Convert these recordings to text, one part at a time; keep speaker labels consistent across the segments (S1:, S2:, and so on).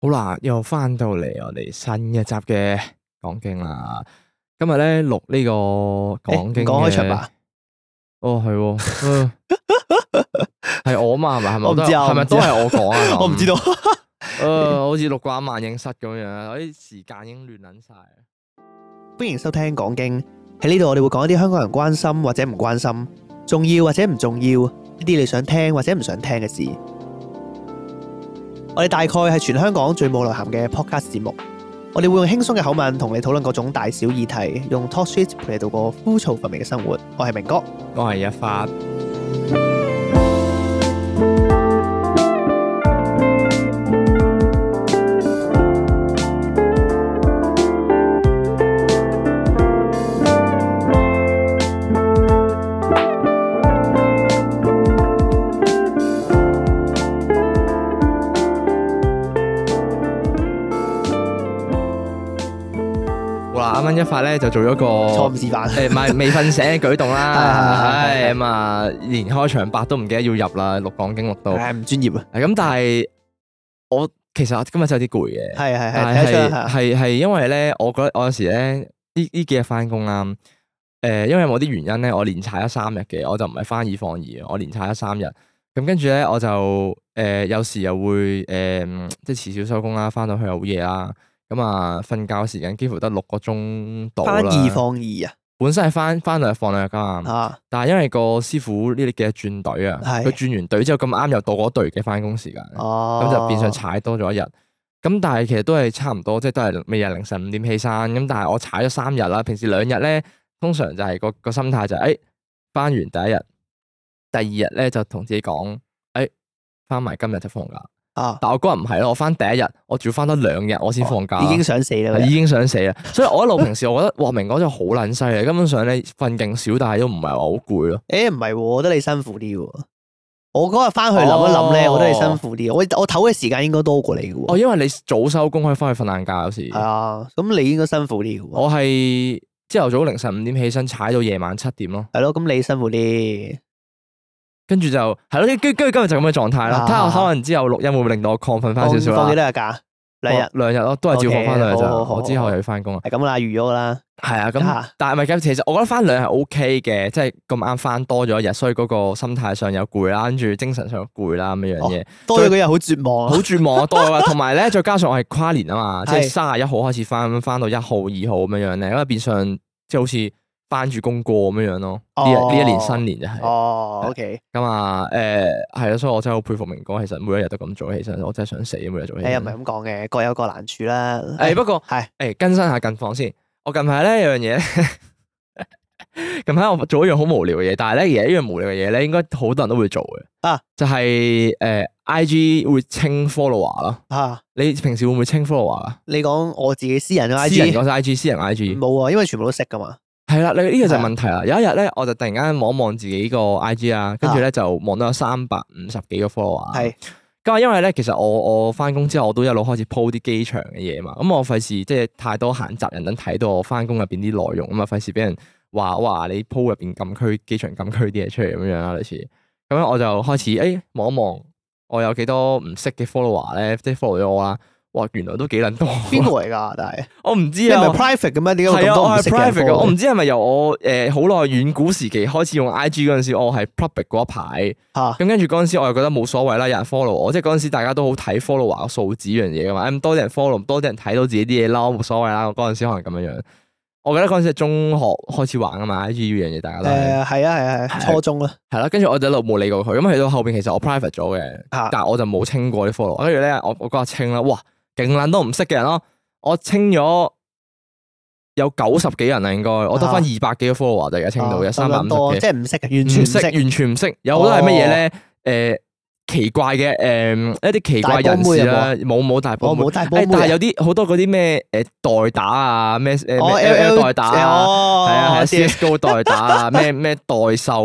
S1: 好啦，又翻到嚟我哋新一集嘅講經啦。今日咧錄呢個講經嘅，
S2: 誒講開場白，
S1: 哦係 喎，嗯係我嘛係咪？係咪
S2: 我唔
S1: 都
S2: 知啊
S1: 係咪
S2: 我唔知
S1: 都
S2: 啊
S1: 係我講啊？咁
S2: 我唔知道。
S1: 誒、好似錄過一萬影室咁樣，我啲時間已經亂撚晒。
S2: 歡迎收聽講經，喺呢度我哋會講一啲香港人關心或者唔關心，重要或者唔重要，一啲你想聽或者唔想聽嘅事。我哋大概係全香港最冇內涵嘅 podcast 節目。我哋會用輕鬆嘅口吻同你討論各種大小議題，用 talk shit 陪你度過枯燥乏味嘅生活。我係明哥，
S1: 我係一發，好啦，啱啱一發咧就做咗個
S2: 錯誤示範。
S1: 誒，唔係未瞓醒嘅舉動啦，
S2: 係係係
S1: 唉啊咁啊，連開場白都唔記得要入啦，錄講經錄到，
S2: 係唔專業啊！
S1: 係咁但係我其實我今日真係有啲攰嘅，
S2: 係係係，
S1: 但
S2: 睇得
S1: 係
S2: 出啊係
S1: 係係因為咧，我覺得我有時咧呢呢幾日翻工啦，誒因為某啲原因咧，我連踩咗三日嘅，我就唔係翻二放二，我連踩咗三日，咁跟住咧我就誒有時又會誒即係遲少收工啦，翻到去又好夜啦，咁啊瞓覺時間幾乎得六個鐘到
S2: 翻
S1: 啦
S2: 二。啊放二
S1: 本身係翻翻兩日放兩日噶嘛，
S2: 啊！
S1: 但係因為個師傅呢啲幾日轉隊啊，
S2: 係
S1: 佢轉完隊之後咁啱又到嗰隊嘅翻工時間，
S2: 嚇哦，
S1: 咁就變相踩多咗一日。咁但係其實都係差唔多，即係都係每日凌晨五點起身。咁但係我踩咗三日啦，平時兩日咧，通常就係個個心態就係、誒翻完第一日，第二日咧就同自己講誒翻埋今日就放假。
S2: 啊！
S1: 但我嗰日唔係咯，我翻第一日，我仲要翻多兩日我先放假。
S2: 哦已經想死啦！
S1: 係已經想死啦。所以我一路平時我覺得哇明哥真係好撚犀利，根本上咧瞓勁少，但係都唔係話好攰咯。
S2: 誒，唔係喎，我覺得你辛苦啲喎。我嗰日翻去諗一諗咧，
S1: 哦
S2: 我覺得你辛苦啲。我我唞嘅時間應該多過你嘅
S1: 哦，
S2: 喎。
S1: 因為你早收工可以翻去瞓晏覺有時
S2: 係。啊，咁你應該辛苦啲嘅喎。
S1: 我係朝頭早凌晨五點起身，踩到夜晚七點咯，
S2: 係咯，咁你辛苦啲。
S1: 跟住就係咯，跟跟跟住今日就咁嘅狀態啦。
S2: 啊
S1: 睇下可能之後錄音會唔會令到我亢奮翻少少啊哦
S2: 放放幾
S1: 啦。
S2: 多日假？兩日
S1: 放兩日咯，都係照放翻兩日
S2: OK，好
S1: 咋。
S2: 好好
S1: 我之後又要翻工啦。
S2: 係咁啦，預咗噶啦。
S1: 係啊，咁
S2: 啊
S1: 但係咪咁？其實我覺得翻兩日係 O K 嘅，即係咁啱翻多咗一日，所以嗰個心態上有攰啦，跟住精神上有攰啦咁樣樣嘢。
S2: 多咗嗰日好絕望 啊
S1: 好！絕望啊多啊，同埋咧，再加上我係跨年啊嘛，即係
S2: 係
S1: 三十一號開始翻，翻到一號、二號咁樣樣咧，因為變相即係好似翻住功過咁樣樣咯。呢一
S2: 哦
S1: 呢一年新年就係
S2: 哦，OK，
S1: 咁啊，誒係咯，所以我真係好佩服明哥，其實每一日都咁早起身，我真係想死每日早起
S2: 你又
S1: 身
S2: 哎唔。係咁啊講嘅，各有各難處啦。
S1: 誒不過
S2: 係
S1: 誒更新下近況先，我近排咧有樣嘢咧 近排我做一樣好無聊嘅嘢，但係咧而家呢樣無聊嘅嘢咧，應該好多人都會做嘅
S2: 啊，
S1: 就係誒 I G 會清 follower 咯。
S2: 嚇，
S1: 你平時會唔會清 follower 啊？
S2: 你講我自己私人嘅
S1: 私人
S2: IG
S1: 嗰 I G，私人 I G
S2: 冇啊，因為全部都識噶嘛。
S1: 係啦，你呢個就係啊問題啦。有一日咧，我就突然間望一望自己個 I G 啦，跟住咧就望到有三百五十幾個 follower。
S2: 係
S1: 咁啊，因為咧，其實我我翻工之後，我都一路開始 po 啲機場嘅嘢嘛。咁我費事即係太多閒雜人等睇到我翻工入邊啲內容啊嘛，費事俾人話哇你 po 入邊禁區機場禁區啲嘢出嚟咁樣啊啦，類似。咁樣我就開始誒望一望，我有幾多唔識嘅 follower 咧，即係 follow 咗我啦。哇，原來都幾撚多。
S2: 邊個嚟㗎？但係
S1: 我唔知
S2: 你
S1: 啊。
S2: 係
S1: 我
S2: 咪 private 嘅咩？點解會
S1: 係
S2: 咁
S1: 啊，
S2: 多
S1: 我
S2: 唔
S1: 係
S2: 識嘅人
S1: private 嘅，我
S2: follow
S1: 唔
S2: 你
S1: 知係咪由我誒好耐遠古時期開始用 IG 嗰陣時，我係 public 嗰一排，
S2: 嚇
S1: 咁跟住嗰陣時我又覺得冇所謂啦，有人 follow 我，即係嗰陣時大家都好睇 follower 個數字呢樣嘢噶嘛，咁多啲人 follow，多啲人睇到自己啲嘢啦，冇所謂啦，我嗰陣時可能咁樣樣，我記得嗰陣時係中學開始玩噶嘛，IG 呢樣嘢大家都係
S2: 誒係啊係啊係
S1: 係
S2: 初中啦
S1: 係啦，跟住我就一路冇理過佢，咁去到後邊其實我 private 咗嘅。
S2: 嚇。
S1: 但係我就冇清過啲 follow。跟住咧，我我嗰日清啦，哇，勁撚都唔識嘅人咯，我清咗有九十幾人啦，應該我得翻二百幾個 follower 就而家清到嘅，
S2: 啊
S1: 三百
S2: 咁
S1: 五
S2: 多
S1: 十
S2: 即
S1: 幾，
S2: 係唔識
S1: 唔識
S2: 嘅，完全唔識。哦
S1: 完全唔識，有好多係乜嘢咧？誒、奇怪嘅誒、一啲奇怪人士啦，冇冇大波
S2: 我
S1: 妹。
S2: 啊冇大波
S1: 誒，
S2: 妹
S1: 哎但係
S2: 啊。
S1: 有啲好多嗰啲咩誒代打啊，咩誒
S2: 哦
S1: 咩
S2: L
S1: L
S2: L
S1: 代打啊，係啊係
S2: 哦，
S1: 啊
S2: 我知。
S1: ，CSGO 代打啊， 咩咩代售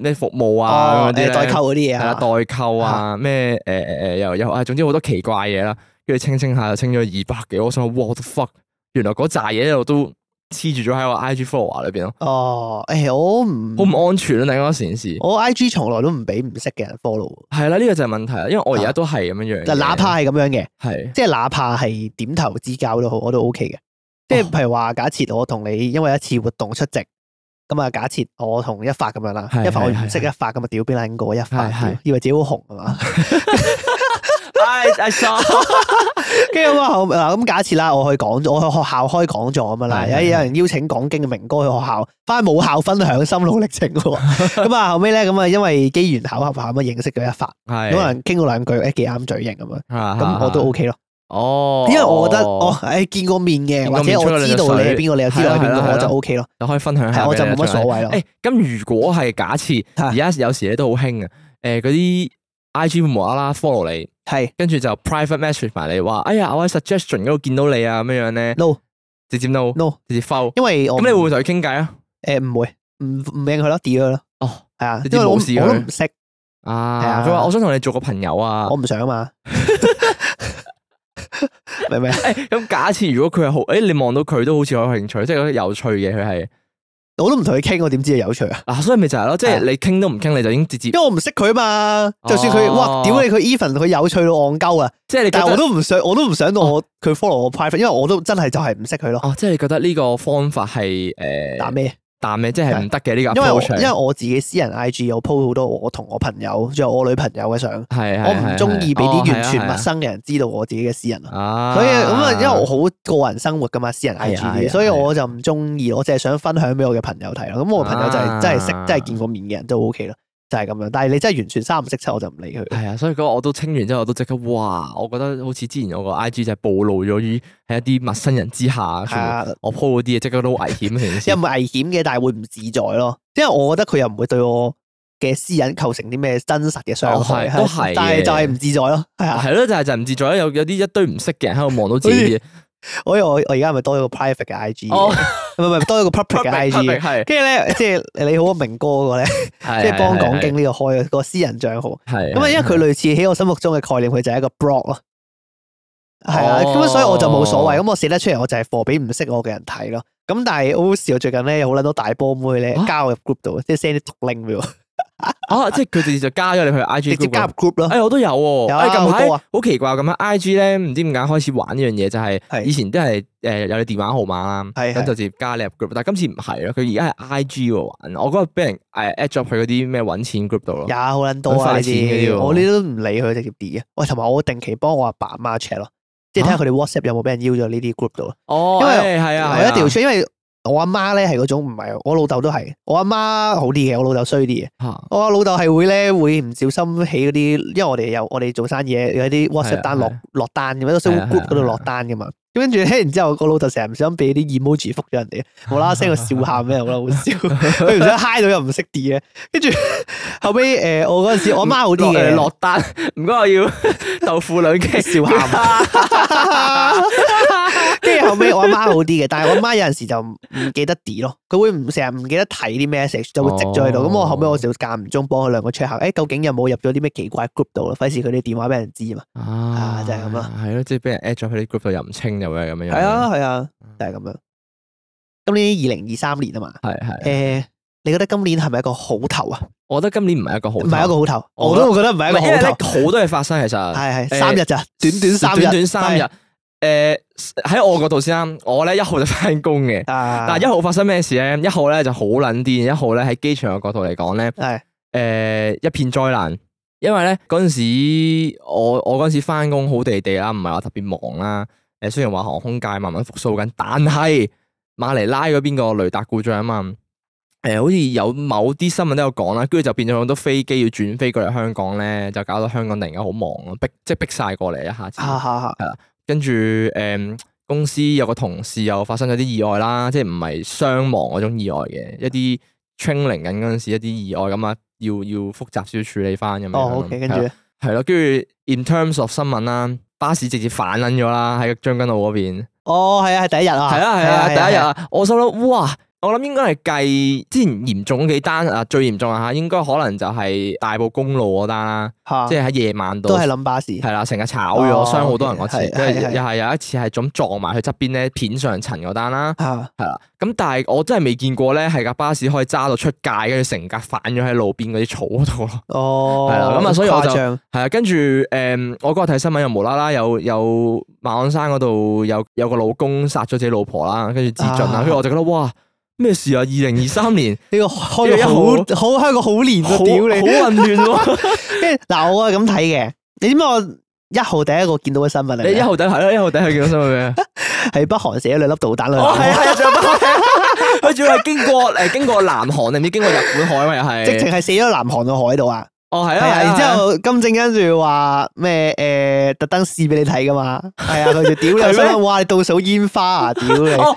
S1: 咩服務啊
S2: 哦
S1: 嗰，啲
S2: 誒
S1: 咧
S2: 代購嗰啲嘢
S1: 係啦，
S2: 啊。
S1: 代購啊，咩誒誒誒，又又啊，總之好多奇怪嘢啦，跟住清清下就清咗二百幾，我想話 what the fuck，原來嗰扎嘢一路都黐住咗喺我 IG follower 裏邊咯，
S2: 哦，誒，我唔
S1: 好唔安全咯。啊大家成件事
S2: 我 I G 從來都唔俾唔識嘅人 follow，
S1: 係啦，呢個就係問題啦。因為我而家都係咁樣樣嘅，
S2: 嗱，哪怕啊係咁樣嘅，
S1: 係
S2: 即係哪怕係點頭之交都好，我都 O K 嘅。即
S1: 哦
S2: 係譬如話，假設我同你因為一次活動出席，咁啊，假設我同一發咁樣啦，
S1: 係
S2: 一發我
S1: 係
S2: 唔識
S1: 係
S2: 一發咁啊，屌邊撚過一發
S1: 係係，
S2: 以為自己好紅啊嘛。
S1: ，I I saw
S2: 跟住咁啊，後嗱咁假設啦，我去講座，我去學校開講座咁樣啦，
S1: 係
S2: 有
S1: 係
S2: 有人邀請講經嘅明哥去學校，翻去母校分享心路歷程喎。 咁啊，後尾咧咁啊，因為機緣巧合下咁啊，認識咗一發，
S1: 係
S2: 咁可能傾過兩句，誒幾啱嘴型咁樣，咁
S1: 咁
S2: 我都 OK 咯。
S1: 哦，
S2: 因為我覺得我誒見過面嘅，
S1: 見
S2: 或
S1: 過面
S2: 者我知道你係邊個，你又知道我係邊
S1: 係啊啦係
S2: 個，
S1: 啦
S2: 我就 OK 咯。
S1: 就可以分享下俾
S2: 係，我
S1: 你啦，哎
S2: 就冇乜所謂咯。
S1: 誒，咁如果係假設
S2: 嚇
S1: 而家有時咧都好興啊，誒嗰啲 I G 無啦啦 follow 你，
S2: 係
S1: 跟住就 private message 埋你話，哎呀，我喺 suggestion 嗰度見到你啊，咁樣樣咧，
S2: no
S1: 直接 no，
S2: no，
S1: 直接 foul。
S2: 嗯因為我
S1: 咁你會唔會同佢傾偈啊？
S2: 誒唔會唔唔應佢咯，delete 佢咯，
S1: 哦，
S2: 係啊，
S1: 你知
S2: 因為我
S1: 冇事
S2: 我都
S1: 佢
S2: 唔識，係啊
S1: 啊，佢話我想同你做個朋友啊
S2: 我。唔想啊嘛， 明唔明啊？
S1: 誒咁假設如果佢係好，誒你望到佢都好似好有興趣，即係覺得有趣嘅佢係
S2: 我都唔同佢傾，我點知佢有趣啊？
S1: 嗱，所以咪就係咯，即
S2: 係
S1: 係你傾都唔傾，你就已經直接
S2: 因，為我唔識佢啊嘛，就算佢
S1: 哦
S2: 哇屌你佢 even 佢有趣到戇鳩啊，
S1: 即係你覺
S2: 但係我
S1: 得
S2: 都唔想，我都唔想到我佢 follow 我 private，因為我都真係就係唔識佢咯。
S1: 哦，即係你覺得呢個方法係
S2: 打
S1: 誒
S2: 咩？
S1: 但咩，即係唔得嘅呢個
S2: 因為我
S1: approach
S2: 因為我自己私人 IG 我 po 好多我同我朋友仲有我女朋友嘅相，我
S1: 係哦
S2: 唔中意俾啲完全陌生嘅人知道我自己嘅私人啊。
S1: 啊，
S2: 所以咁啊，因為我好個人生活噶嘛，私人 I G
S1: 係啊係
S2: 啲，
S1: 啊
S2: 所以我就唔中意，我淨係想分享俾我嘅朋友睇咯。咁我朋友就係
S1: 啊
S2: 真係識，真係見過面嘅人都 O K 咯，就係咁樣。但係你真係完全三唔識七，我就唔理佢。
S1: 係啊，所以嗰個我都清完之後，我都即刻哇！我覺得好似之前我個 I G 就係暴露咗於喺一啲陌生人之下，
S2: 係
S1: 全部
S2: 啊，
S1: 我 po 嗰啲嘢即刻都好危險成件
S2: 又
S1: 事
S2: 唔。係危險嘅，但係會唔自在咯。因為我覺得佢又唔會對我嘅私隱構成啲咩真實嘅傷害，
S1: 哦係都係嘅
S2: 但係就係唔自在咯。係啊，
S1: 係咯，就係就係唔自在啦。有有啲一堆唔識嘅人喺度望到自己嘅
S2: 所以我我而家係咪多咗個 private 嘅 I G，唔
S1: 哦
S2: 係唔係多咗個 public 嘅 I G。
S1: 係
S2: 跟住咧，即係你好啊明哥嗰個咧，
S1: 係
S2: 即係幫講經呢個開個私人帳號。
S1: 係
S2: 咁啊，因為佢類似喺我心目中嘅概念，佢就係一個 blog 咯。係啊，咁啊
S1: 哦
S2: 所以我就冇所謂，咁我寫得出嚟，我就係 for 俾唔識我嘅人睇咯。咁但係好好笑，最近咧有好撚多大波妹咧
S1: 啊
S2: 加我入 group 度，即係 send 啲毒 link 俾我，
S1: 啊，即係佢直接就加咗你去 I
S2: 直
S1: G
S2: 接
S1: group
S2: 加入
S1: 嗰度。
S2: group 咯。
S1: 哎，我都有喎。
S2: 有啊
S1: 哎，近
S2: 好
S1: 排
S2: 多啊
S1: 好奇怪咁樣，I G 咧唔知點解開始玩呢樣嘢，就
S2: 係
S1: 係以前都係誒有你電話號碼啦，
S2: 係係
S1: 咁就直接加你入 group，但係今次唔係咯，佢而家係 I G 喎玩。我嗰日俾人誒 add 咗去嗰啲咩揾錢 group 度咯
S2: 有。好撚多啊！
S1: 搵
S2: 呢
S1: 快錢嗰啲
S2: 啲
S1: 喎
S2: 我呢啲都唔理佢，直接 d 嘅。喂，同埋我定期幫我阿爸阿媽 check 咯，即係睇下
S1: 啊
S2: 佢哋 WhatsApp 有冇俾人邀咗呢啲 group 度咯。
S1: 哦，
S2: 因為
S1: 哎係啊，
S2: 我一定要 check，因為我阿媽咧係嗰種唔係，我老豆都係，我阿媽好啲嘅，我老豆衰啲嘅。
S1: 嚇
S2: 我哦老豆係會咧，會唔小心起嗰啲，因為我哋有我哋做生意有啲 WhatsApp 單落
S1: 係啊
S2: 落單咁樣，所以
S1: 係啊
S2: group 嗰度
S1: 係啊
S2: 落單噶嘛。咁跟住咧，然之後個老豆成日唔小心俾啲 emoji 覆咗人哋，無啦啦 send 個笑喊咩，好啦好笑， 佢唔想嗨到又唔識啲嘅。跟住後尾誒，我嗰陣時我阿媽好啲
S1: 落
S2: 嘅，
S1: 誒 落單，唔該我 要豆腐兩斤，
S2: 笑喊。啊跟住後尾我阿媽好啲嘅，但係我阿媽有陣時就唔唔記得 d 咯，佢會唔成日唔記得睇啲 message，就會積咗喺度。咁我
S1: 哦
S2: 後尾我就間唔中幫佢兩個 check 下，誒究竟有冇入咗啲咩奇怪 group 度啦？啊費事佢哋電話俾人知啊嘛。啊
S1: 啊
S2: 就係咁啦，
S1: 係咯，即係俾人 add 咗喺啲 group 度又唔清又係咁樣樣，嗯
S2: 係啊，係啊，就係咁樣。今年二零二三年啊嘛，
S1: 係係，
S2: 誒，你覺得今年係咪一個好頭啊？
S1: 我覺得今年唔係一個好，
S2: 唔係一個好頭，
S1: 我
S2: 我
S1: 覺得
S2: 都覺得唔係
S1: 唔
S2: 一個
S1: 係因為
S2: 好
S1: 咧
S2: 頭。
S1: 好多嘢發生其實，
S2: 係係
S1: 誒
S2: 三日咋，短短三日，
S1: 短短三日
S2: 係。
S1: 誒喺我嗰度先啦，我咧一號就翻工嘅，
S2: 啊！
S1: 但係一號發生咩事咧？一號咧就好撚癲，一號咧喺機場嘅角度嚟講咧。
S2: 係
S1: 誒、一片災難，因為咧嗰陣時我我嗰陣時翻工好地地啦，唔係話特別忙啦。誒雖然話航空界慢慢復甦緊，但係馬尼拉嗰邊個雷達故障啊嘛。誒、好似有某啲新聞都有講啦，跟住就變咗好多飛機要轉飛過嚟香港咧，就搞到香港突然間好忙咯，逼即係逼晒過嚟一下子。
S2: 哈哈哈
S1: 啊跟住誒、公司有個同事又發生咗啲意外啦，即係唔係傷亡嗰種意外嘅，一啲 training 緊嗰陣時一啲意外咁啊，要要複雜少少處理翻咁樣。
S2: 哦，OK，跟住
S1: 係啊
S2: 咧
S1: 啦係咯，跟住 in terms of 新聞啦，巴士直接反撚咗啦，喺將軍澳嗰邊。
S2: 哦，係啊，係第一日啊，
S1: 係啊係啊，第一日啊，我心諗哇，我諗應該係計之前嚴重嗰幾單啊，最嚴重啊吓，應該可能就係大埔公路嗰單啦，
S2: 吓，
S1: 即係喺夜晚度
S2: 啊都係諗巴士，
S1: 係啦，成日炒咗，
S2: 哦
S1: 傷好多人嗰次，
S2: 係
S1: 即係
S2: 係係
S1: 又係有一次係咁撞埋去側邊咧，片上層嗰單啦，
S2: 吓
S1: 係啦。咁但係我真係未見過咧，係架巴士可以揸到出界，跟住成架反咗喺路邊嗰啲草嗰度咯。
S2: 哦，
S1: 係啦咁啊所以我就
S2: 誇張
S1: 係啊，跟住誒，我嗰日睇新聞又無啦啦有有馬鞍山嗰度有有個老公殺咗自己老婆啦，跟住自盡啦，
S2: 啊
S1: 跟住我就覺得哇咩事啊？二零二三年
S2: 呢個開個好好開個好 年
S1: 好
S2: 啊！
S1: 好
S2: 屌你，
S1: 混亂喎！
S2: 跟住嗱，我係咁睇嘅。你知唔知我一號第一個見到嘅新 聞
S1: 你一
S2: 嚟？
S1: 號底係啊啦，一號底係見到新聞咩？
S2: 係北韓射咗兩粒導彈
S1: 哦，
S2: 落
S1: 係啊，
S2: 去，
S1: 係啊，仲有北韓佢仲要係經過誒經過南韓定唔知經過日本海嘛又
S2: 直情
S1: 係，
S2: 係射咗南韓嘅海度啊！
S1: 哦係
S2: 係
S1: 啊，係
S2: 啊，
S1: 啊
S2: 然之後金正恩仲要話咩誒，特登試俾你睇 噶嘛？係啊，佢就屌你，
S1: 係咩
S2: 我心諗哇，你倒數煙花啊！屌你
S1: 哦！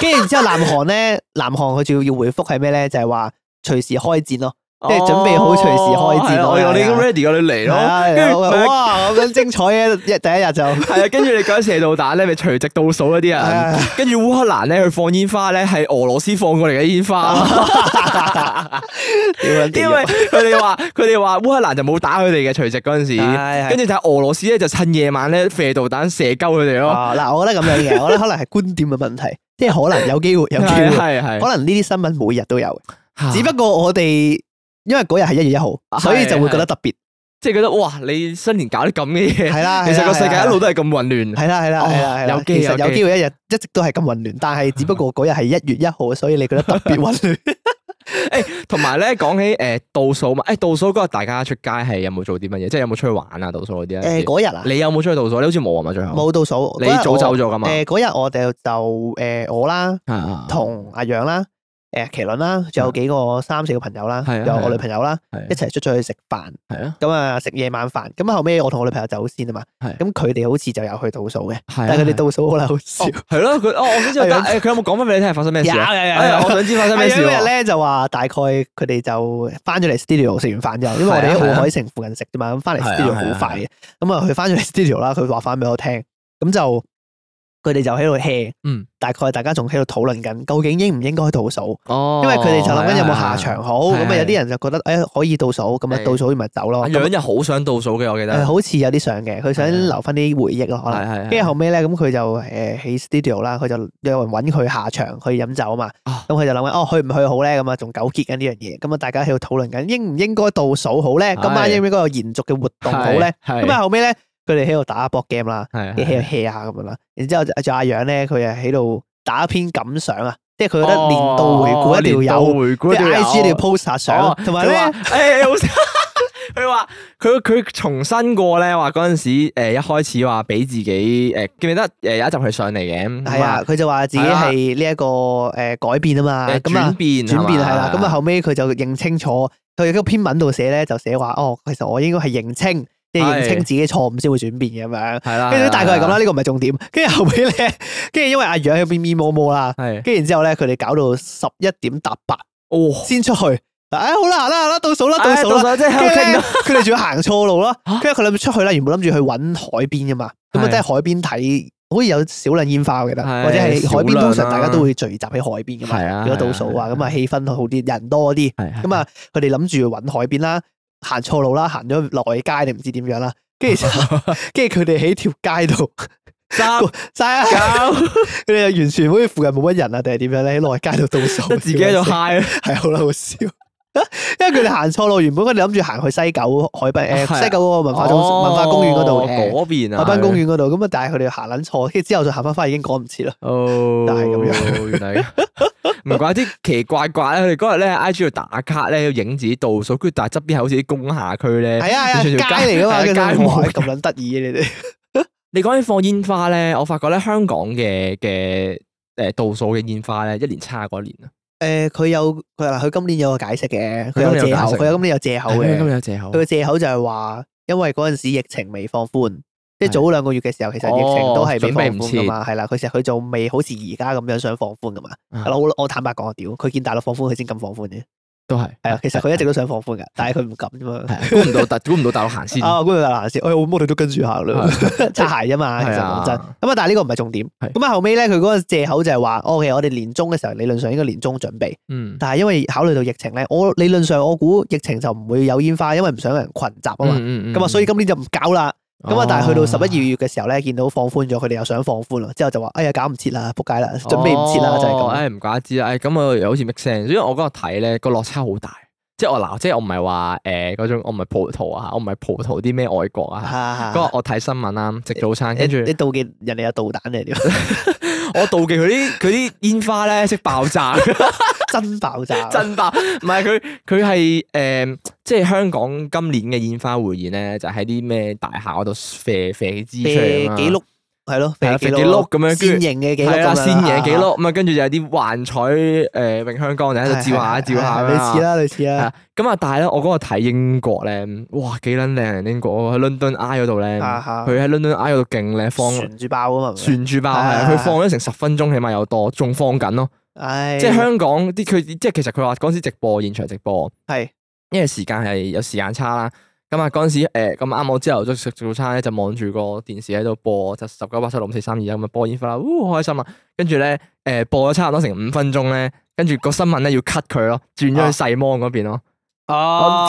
S2: 跟住然之後南韓咧，南韓佢仲要回覆係咩咧？就係話隨時開戰咯。即係準備好隨時開
S1: 哦哦係啊
S2: 戰咯
S1: 我我哋
S2: 係啊
S1: 已經 ready 咗，你嚟
S2: 係啊
S1: 咯，跟住
S2: 係啊哇，咁樣精彩嘅一第一日就 係
S1: 係啊，跟住你講緊射導彈咧，咪隨即倒數嗰啲人
S2: 啊，
S1: 跟住烏克蘭咧，佢放煙花咧，係俄羅斯放過嚟嘅煙花，
S2: 屌撚地
S1: 因
S2: 獄
S1: 為佢哋話佢哋話烏克蘭就冇打佢哋嘅，隨即嗰陣時，
S2: 係係啊
S1: 跟住但係俄羅斯咧就趁夜晚咧射導彈射鳩佢哋咯，
S2: 啊嗱，我覺得咁樣嘅，我覺得可能係觀點嘅問題，即係可能有機會，有機
S1: 係
S2: 會，
S1: 係係，啊
S2: 可能呢啲新聞每日都有嘅，只不過我哋因為嗰日係一月一號，
S1: 啊
S2: 所以就會覺得特別，
S1: 即係覺得哇，你新年搞啲咁嘅 嘢，
S2: 係啊啦，
S1: 其實個世界一路
S2: 都
S1: 都係咁混亂。
S2: 係啦係啦
S1: 哦
S2: 係啦係啦，
S1: 有機
S2: 其實
S1: 有機
S2: 有機會一日一直都係咁混亂，但係只不 過嗰日係一月一號，所以你覺得特別混亂。
S1: 同埋咧，講起誒倒數嘛，誒倒數嗰日大家出街係有冇做啲乜嘢？即係有冇出去玩啊？倒數嗰啲
S2: 誒
S1: 咧？
S2: 嗰日 啊，
S1: 你有冇出去倒數？你好似冇啊嘛，最後
S2: 冇倒數，
S1: 你早走咗噶嘛？
S2: 誒嗰日我哋就誒我啦。
S1: 啊啊
S2: 同阿楊啦、誒麒麟啦，仲有幾個三四個朋友啦，
S1: 係啊
S2: 仲有
S1: 係啊
S2: 我女朋友啦，
S1: 係
S2: 一齊出咗去食飯，
S1: 係啊，
S2: 咁啊食夜晚飯。咁後尾我同我女朋友走先啊嘛，
S1: 係
S2: 咁佢哋好似就有去倒數嘅，
S1: 係啊
S2: 但係佢
S1: 係
S2: 哋
S1: 啊
S2: 倒數好啦，好笑。
S1: 哦係咯，佢哦，我想知道
S2: 係啊
S1: 誒，佢有冇講翻俾你聽係發生咩事
S2: 有有
S1: 啊？
S2: 有
S1: 哎呀，我想知發生咩事
S2: 係啊因為
S1: 喎？
S2: 咧就話大概佢哋就翻咗嚟 studio 食完飯之後，因為我哋
S1: 係
S2: 喺
S1: 啊係啊
S2: 奧海城附近食啫嘛，咁翻嚟
S1: 係啊係
S2: studio
S1: 啊
S2: 好快嘅，咁啊佢翻咗嚟 studio 啦，佢話翻俾我聽，咁就佢哋就喺度 hea，
S1: 嗯
S2: 大概大家仲喺度討論緊，究竟應唔應該去倒數？
S1: 哦
S2: 因為佢哋就諗緊有冇下。
S1: 係啊
S2: 場好，
S1: 係啊
S2: 咁
S1: 係
S2: 啊
S1: 啊
S2: 有啲人就覺得誒可以倒數，咁
S1: 係
S2: 啊倒數咪走咯。
S1: 阿
S2: 咁
S1: 楊就好想倒數嘅，我記得。
S2: 誒好似有啲想嘅，佢想
S1: 係啊
S2: 留翻啲回憶咯，可
S1: 係
S2: 能。
S1: 係係
S2: 跟住後尾咧，咁佢就誒喺 studio 啦，佢就有人揾佢下場去飲酒啊嘛。
S1: 啊
S2: 咁佢就諗緊哦去唔去好咧？咁啊仲糾結緊呢樣嘢。咁啊大家喺度討論緊應唔應該倒數好咧？
S1: 係
S2: 今晚應唔應該有延續嘅活動好咧？，
S1: 係
S2: 咁啊後尾咧，佢哋喺度打 board game 啦，
S1: 係
S2: 跟住喺
S1: 係
S2: 度 hea 下咁樣啦。然之後就仲有阿楊咧，佢啊喺度打一篇感想啊，即係佢覺得年度回顧一定要有。
S1: 哦年度回顧
S2: 即
S1: 一定要
S2: 係
S1: 有
S2: I G 你要 post 下相
S1: 哦，
S2: 同埋
S1: 佢
S2: 咧
S1: 話
S2: 哎
S1: 誒好笑 佢話佢佢重新過咧，話嗰陣時誒一開始話俾自己誒記唔記得誒有一集佢上嚟嘅，
S2: 係啊，佢就話自己係呢一個誒改變啊嘛，
S1: 咁啊，誒
S2: 咁啊
S1: 轉變
S2: 轉變
S1: 嘛
S2: 係啦，咁啊後尾佢就認清楚，佢喺篇文度寫咧就寫話哦，其實我應該係認清，即係認
S1: 係
S2: 清自己錯誤先會轉變嘅咁樣。
S1: 係啊啦，
S2: 跟住大概係咁啦，
S1: 係
S2: 呢個唔係重點。跟住後尾咧，跟住因為阿楊喺邊咪摸摸啦，
S1: 係
S2: 跟住然之後咧佢哋搞到十一點搭八
S1: 哦，
S2: 先出去。唉，好啦好啦好啦，倒數啦倒
S1: 唉
S2: 數啦。
S1: 即係喺
S2: 跟
S1: 度傾咯，
S2: 住咧佢哋仲要行錯路咯
S1: 嚇。
S2: 跟住佢諗住出去啦，原本諗住去揾海邊噶嘛，咁啊
S1: 係
S2: 即係海邊睇，好似有少量煙花我記得，
S1: 係
S2: 或者係海邊
S1: 少量啦啊
S2: 通常大家都會聚集喺海邊噶嘛，
S1: 係啊
S2: 如果倒數啊，
S1: 係啊
S2: 咁啊氣氛好啲，人 多啲，
S1: 係
S2: 咁啊佢哋諗住去揾海邊啦，行錯路啦，行咗落街定唔知點樣啦，跟住就跟住佢哋喺條街度
S1: 三
S2: 晒 啊，
S1: 九，
S2: 佢哋又完全好似附近冇乜人啊，定係點樣咧？喺落街度倒數，
S1: 得自己喺度 high
S2: 係好啦，好笑。因為佢哋行錯路，原本佢哋諗住行去西九海濱
S1: 係啊
S2: 誒西九嗰 個文化中
S1: 哦
S2: 文化公園嗰度嘅
S1: 嗰邊啊，
S2: 海濱公園嗰度，咁啊，但係佢哋行撚錯， 跟住之後再行翻翻已經趕唔切啦。
S1: 哦，
S2: 但係咁
S1: 樣，原來唔怪之奇怪怪咧。佢哋嗰日咧 I G 度打卡咧，要影自己倒數，跟住但係側邊係好似啲工廈區咧。
S2: 係啊係啊，
S1: 完全條
S2: 街嚟噶嘛，
S1: 係
S2: 跟
S1: 啊
S2: 住
S1: 街
S2: 哇
S1: 冇
S2: 咁撚得意嘅 你哋，
S1: 你講起放煙花咧，我發覺咧香港嘅嘅誒倒數嘅煙花咧，一年差過一年啊。
S2: 誒佢有佢嗱，佢今年有個解釋嘅，佢
S1: 佢今年有
S2: 有借
S1: 解釋
S2: 口，佢有今年有借口
S1: 係今日
S2: 嘅，
S1: 有借口啊
S2: 佢。嘅借口就係話，因為嗰陣時疫情未放寬。即係
S1: 係
S2: 早兩個月嘅時候，其實疫情都係未
S1: 哦準
S2: 放
S1: 備唔
S2: 寬
S1: 切
S2: 噶嘛，係啦，佢其實佢就未好似而家咁樣想放寬噶嘛。
S1: 啊
S2: 我我坦白講啊，屌，佢見大陸放寬，佢先咁放寬嘅。
S1: 都 係
S2: 係啊，其實佢一直都想放寬㗎，但係佢唔敢啫嘛。
S1: 係啊估唔到大估唔到大陸行 先，
S2: 啊，官大難先，哎呀，我哋都跟住下啦，擦鞋啫嘛，其實
S1: 係啊
S2: 講真。咁啊，但係呢個唔係重點。
S1: 係
S2: 咁啊，後尾咧，佢嗰個藉口就係話，哦，其實我哋年中嘅時候理論上應該年中準備，
S1: 嗯
S2: 但係因為考慮到疫情咧，我理論上我估疫情就唔會有煙花，因為唔想有人群集啊嘛。
S1: 嗯哦
S2: 咁啊，所以今年就唔搞啦。咁啊，但係去到十一
S1: 月
S2: 二月嘅時候咧，見到放寬咗，佢哋又想放寬啦，之後就話，哎呀，搞唔切啦，仆街啦，
S1: 哦
S2: 準備唔切啦，就係咁。
S1: 唉，唔怪得知啦，唉，咁啊又好似 make sense，因為我嗰日睇咧個落差好大，即係我嗱，即係我唔係話誒嗰種，我唔係葡萄啊，我唔係葡萄啲咩外國啊。
S2: 啊
S1: 嗰日我睇新聞啦，食早餐，跟住
S2: 你你妒忌人哋有導彈 嚟點？
S1: 我妒忌佢啲佢啲煙花咧識爆炸。
S2: 真爆炸！
S1: 真爆！啊 唔係佢佢係誒，即係香港今年嘅煙花匯演咧，就喺啲咩大廈嗰度射射支出嚟啊
S2: 誒
S1: 嘛
S2: 幾碌係咯，
S1: 係
S2: 肥
S1: 啊
S2: 幾
S1: 肥幾碌咁樣跟住
S2: 線形嘅幾
S1: 係啊
S2: 碌咁樣
S1: 啦，
S2: 啦
S1: 先嘢幾碌咁啊，跟住就有啲幻彩誒詠香江就喺度照下照下咁
S2: 類似
S1: 啦。
S2: 啦，類似
S1: 係
S2: 啦，
S1: 啊咁啊，但係咧，我嗰個睇英國咧，哇幾撚靚啊！英國喺 London Eye 嗰度咧，
S2: 啊哈
S1: 佢喺 London Eye 嗰度勁咧放
S2: 旋住爆啊嘛，係咪
S1: 旋住爆係
S2: 啊
S1: 啊，
S2: 哈
S1: 佢放咗成十分鐘起碼有多，仲放緊咯。
S2: 唉，
S1: 即係香港啲佢即係其實佢話嗰陣時直播現場直播。
S2: 係
S1: 因為時間係有時間差啦。咁啊嗰陣時誒咁啱我朝頭早食早餐咧，就望住個電視喺度播就十九八七六五四三二一咁啊播煙花啦，呜好開心啊！跟住咧誒播咗差唔多成五分鐘咧，跟住個新聞咧要 cut 佢咯，轉咗去細芒嗰邊咯。
S2: 哦
S1: 啊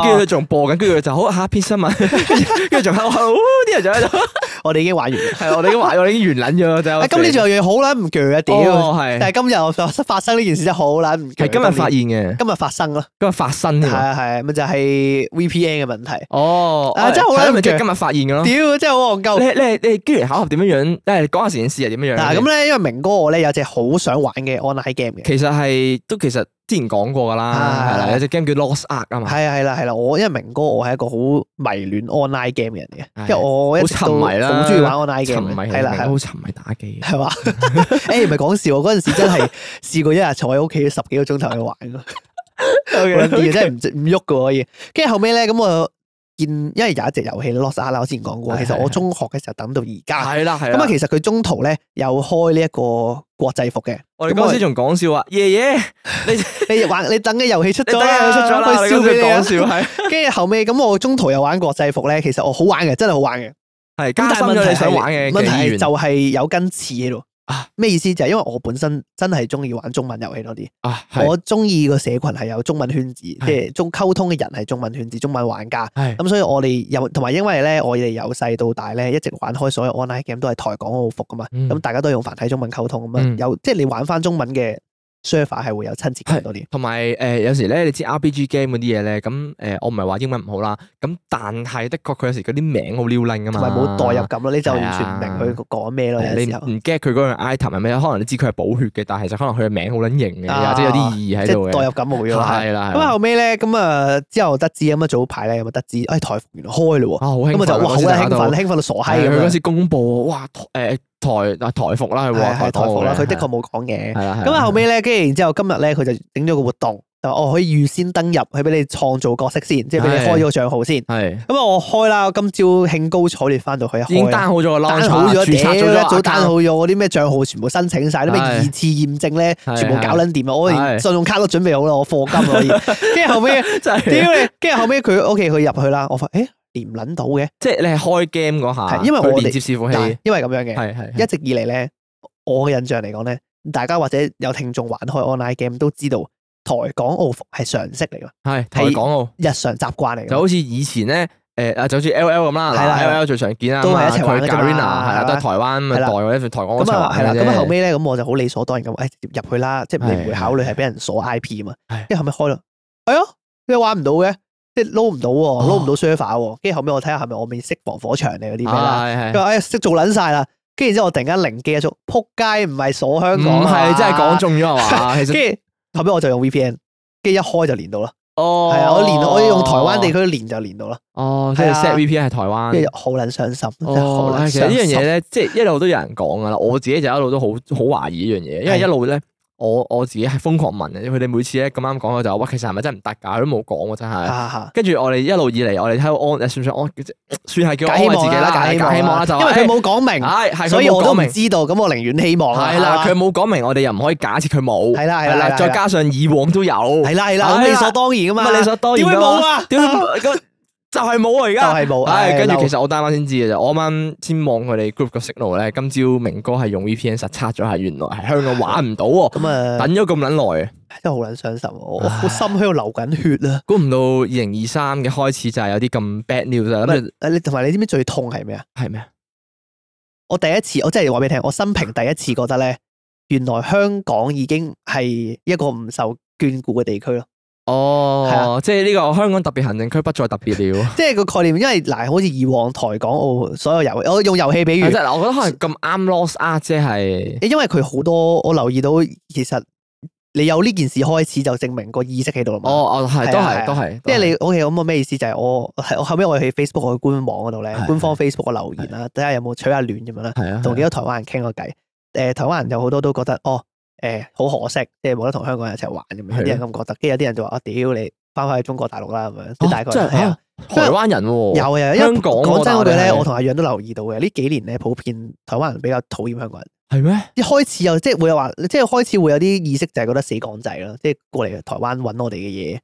S1: 跟住佢仲播緊，跟住佢就好下一篇新聞， 跟住仲喺度，呜啲人就喺度，
S2: 我哋已經玩完啦。
S1: 係我哋已經話我哋已經完撚咗啦。
S2: 啊，今年仲有樣好撚唔鋸啊！屌，
S1: 哦係
S2: 但係今日我發生呢件事真係好撚唔鋸。啊
S1: 係今日發
S2: 現，
S1: 現嘅，
S2: 今日發生咯，
S1: 今日發生
S2: 係
S1: 嘅。
S2: 啊係啊，咪就係 VPN 嘅問題。
S1: 哦，
S2: 啊真係好
S1: 係咯
S2: 撚
S1: 咪即係
S2: 勁
S1: 今日發現嘅咯。
S2: 屌，真係好戇鳩。
S1: 啊你你你機緣巧合點樣樣？誒講下成件事係點樣樣？
S2: 嗱咁咧，因為明哥我咧有隻好想玩嘅 online game 嘅，
S1: 其實係都其實之前講過噶啦，
S2: 啊
S1: 係啦，有隻 game 叫 Lost Ark 啊嘛，
S2: 係啊係啦係啦，我因為明哥我係一個好迷戀 online game 嘅人嚟
S1: 係
S2: 嘅，因為我一
S1: 好
S2: 直
S1: 沉
S2: 都
S1: 迷啦，
S2: 好中意玩 online
S1: 沉
S2: game
S1: 迷
S2: 嘅，
S1: 係
S2: 係啦
S1: 啦，
S2: 係啦
S1: 好沉迷打 機嘅。
S2: 係嘛？誒唔係講笑，我嗰陣時 真係試過一日坐喺屋企十幾個鐘頭去玩㗎，好撚癲真係唔唔喐嘅可以。跟住後尾咧，咁我見因為有一隻遊戲 Lost Ark 啦，我之前講過，
S1: 係
S2: 其實
S1: 係
S2: 我
S1: 係
S2: 中學嘅時候等到而家。
S1: 係啦係啦，
S2: 咁啊，其實佢中途咧有開呢一個國際 服嘅，
S1: 我哋
S2: 咁
S1: 嗰
S2: 我
S1: 陣時仲講笑話，爺爺你你
S2: 你玩你等嘅遊戲出咗
S1: 等下
S2: 啦，
S1: 出咗啦，
S2: 佢
S1: 你
S2: 笑
S1: 嗰
S2: 俾
S1: 陣
S2: 你啊
S1: 講！笑係
S2: 跟住後尾咁，我中途又玩國際服咧，其實我好玩嘅，真係好玩嘅。
S1: 係
S2: 咁
S1: 加深
S2: 但係問
S1: 咗
S2: 題
S1: 你
S2: 係
S1: 想玩嘅
S2: 問題
S1: 機
S2: 係
S1: 緣
S2: 就係有根刺喺度
S1: 啊。
S2: 咩意思？就係因為我本身真係中意玩中文遊戲多啲，
S1: 啊係
S2: 我中意個社群係有中文圈子，即係中溝通嘅人係中文圈子、中文玩家。
S1: 係
S2: 咁所以我哋由同埋因為咧，我哋由細到大咧一直玩開所有 online game 都係台港澳服噶嘛，
S1: 嗯
S2: 咁大家都係用繁體中文溝通咁啊
S1: 嗯，
S2: 有即係你玩翻中文嘅 server 係會有親切感多啲。
S1: 同埋誒有時咧，你知 RPG game 嗰啲嘢咧，咁誒我唔係話英文唔好啦，咁但係的確佢有時嗰啲名好撩楞噶嘛，
S2: 同埋冇代入感咯，你就
S1: 係
S2: 完
S1: 啊
S2: 全唔明佢講咩咯，有
S1: 你
S2: 時候
S1: 唔 get 佢嗰樣 item 係咩？可能你知佢係補血嘅，但係其實可能佢嘅名好撚型嘅，
S2: 啊
S1: 或者有啲意義喺
S2: 即
S1: 度
S2: 係
S1: 嘅。
S2: 代入感冇咗啦。
S1: 係啦，係
S2: 咁啊
S1: 啦
S2: 後尾咧，咁啊之後得知咁啊早排咧，咁啊得知，哎台服原來開嘞喎，
S1: 啊好興
S2: 咁
S1: 奮
S2: 啊就哇好
S1: 嗰時
S2: 啦
S1: 大家
S2: 興
S1: 都
S2: 奮，興奮到傻閪
S1: 係
S2: 咁
S1: 佢嗰
S2: 樣。
S1: 時公佈，哇誒台啊台服啦，佢
S2: 係
S1: 話
S2: 係台服啦，
S1: 嗰個
S2: 佢的確冇講嘅。
S1: 係啦，係啦
S2: 咁啊後尾咧，跟住然之後今日咧，佢就整咗個活動，就話哦可以預先登入，佢俾你創造角色先，即係俾你
S1: 係
S2: 開咗個帳號先。
S1: 係
S2: 咁啊我開啦，我今朝興高采烈翻到去一
S1: 已經
S2: 開
S1: down
S2: 啦。
S1: 好咗個 launch
S2: 單好咗，
S1: 註冊咗
S2: 屌一早單
S1: 單
S2: 好咗，我啲咩帳號全部申請晒，啲咩
S1: 係
S2: 二次驗證咧，
S1: 係
S2: 全部搞撚掂啊！我連
S1: 係
S2: 信用卡都準備好啦，我課金 可以。跟住後尾。
S1: 真係
S2: 屌你！跟住後尾佢 OK，佢入去啦，我發誒連撚到嘅，
S1: 即係你係開 game 嗰下，
S2: 係因為我哋
S1: 佢連接伺服器
S2: 但係
S1: 係
S2: 因為咁樣嘅，
S1: 係
S2: 一直以嚟咧，我嘅印象嚟講咧，大家或者有聽眾玩開 online game 都知道，台港澳服係常識嚟㗎，
S1: 係台港澳
S2: 日常習慣嚟
S1: 就
S2: 㗎，
S1: 好似以前咧。誒啊，就好似 L L 咁啦，
S2: 係啦
S1: 嗱
S2: 係啦
S1: L L 最常見啦，啊
S2: 都係一齊玩
S1: 佢
S2: 嘅啫
S1: Garena
S2: 嘛
S1: 係啦，都係台灣咪
S2: 係啦
S1: 代或者台港澳一
S2: 咁
S1: 齊
S2: 啊
S1: 玩
S2: 係啦，
S1: 嘅
S2: 咁
S1: 啫
S2: 啊後尾咧，咁我就好理所當然咁，誒直接入去啦，即係你唔會考慮係俾人鎖 I P 啊嘛
S1: 係，
S2: 跟住後尾開啦，係啊，你玩唔到嘅，即係撈唔到喎，
S1: 哦
S2: 撈唔到 server 喎，跟住後尾我睇下係咪我未識防火牆定嗰啲咩啦。
S1: 啊係
S2: 佢
S1: 係
S2: 話：哎呀，識做撚晒啦！跟住之後，我突然間靈機一觸，撲街唔係鎖香港
S1: 唔
S2: 啊
S1: 嗯係真係講。中咗係 嘛？其實
S2: 跟住後尾我就用 VPN，跟住一開就連到啦。
S1: 哦，
S2: 係啊，我連我用台灣地區連就連到啦，
S1: 哦，即
S2: 係
S1: 係
S2: 啊
S1: set VPN 係台灣
S2: 跟。住好撚傷心，真係好
S1: 哦，
S2: 撚
S1: 唉
S2: 傷
S1: 其
S2: 心。
S1: 實呢樣嘢咧，即係一路都有人講噶啦，我自己就一路都好好懷疑呢樣嘢，因為一路咧，我我自己係瘋狂問嘅，因為佢哋每次咧咁啱講嘅就話，哇，其實係咪真係唔得㗎？佢都冇講喎，真係。
S2: 吓吓，
S1: 跟住我哋一路以嚟，我哋喺度安，算唔算安？算係叫
S2: 假
S1: 安
S2: 希
S1: 慰
S2: 望
S1: 自己啦，假
S2: 啦，
S1: 假希望啦，就
S2: 因為
S1: 話哎
S2: 佢冇講
S1: 誒
S2: 明，
S1: 唉係佢
S2: 所以我
S1: 冇
S2: 都
S1: 講
S2: 唔
S1: 明
S2: 知道，咁我寧願希望啊
S1: 係啦，佢
S2: 係嘛
S1: 冇講明，我哋又唔可以假設佢冇，
S2: 係啦係啦
S1: 係
S2: 係啦
S1: 再加上以往都有，
S2: 係啦係啦，
S1: 係
S2: 咁
S1: 啦
S2: 理所當然噶嘛，
S1: 咁啊理所當然
S2: 點會
S1: 㗎
S2: 冇
S1: 嘛
S2: 啊？
S1: 屌咁就係冇啊而
S2: 就
S1: 家。
S2: 係冇，
S1: 唉，跟住其
S2: 實
S1: 實我啱啱先知嘅啫，我啱啱先望佢哋 group 個 signal 咧，今朝明哥係用 VPN 實測咗下，原來係香港玩唔到 喎，
S2: 咁啊，
S1: 等咗咁撚耐啊，
S2: 真係好撚傷心啊，我我
S1: 唉
S2: 個心喺度流緊血啊！
S1: 估唔到二零二三嘅開始就係有啲咁 bad news 啊，諗住
S2: 誒，你同埋你知唔知最痛係咩啊？
S1: 係咩啊？
S2: 我第一次，我真係話俾你聽，我生平第一次覺得咧，原來香港已經係一個唔受眷顧嘅地區咯。係啊
S1: 哦，即係呢個香港特別行政區不再特別 了。
S2: 即係個概念，因為嗱，好似以往台港澳所有遊，我用遊戲比喻
S1: 係，即 係我覺得可能咁啱 lost art 即係
S2: 因為佢好多，我留意到其實你有呢件事開始，就證明個意識喺度啦嘛。
S1: 哦哦係
S2: 係
S1: 都
S2: 啊係
S1: 係
S2: 啊
S1: 都係，
S2: 即係你 OK 咁我咩意思就係我 係我後尾我去 Facebook 我去官網嗰度咧
S1: 係，
S2: 官方 Facebook 我留言啦，啊睇下有冇取下暖咁樣啦。
S1: 係啊，
S2: 同幾多台灣人傾過偈，誒、台灣人有好多都覺得哦，誒、好可惜，即係冇得同香港人一齊玩咁樣，
S1: 係
S2: 有
S1: 啊
S2: 啲人咁覺得，跟住有啲人就話啊，屌你翻返去中國大陸啦咁樣，即係
S1: 哦
S2: 大概
S1: 真係
S2: 係啊
S1: 啊台灣人喎，
S2: 有啊有啊，因為
S1: 香港喎
S2: 講真嗰句
S1: 但
S2: 咧，
S1: 係
S2: 我同阿楊都留意到嘅，呢幾年咧普遍台灣人比較討厭香港人，
S1: 係咩？
S2: 一開始又即係會有話，即係開始會有啲意識就係覺得死港仔咯，即係過嚟台灣揾我哋嘅嘢，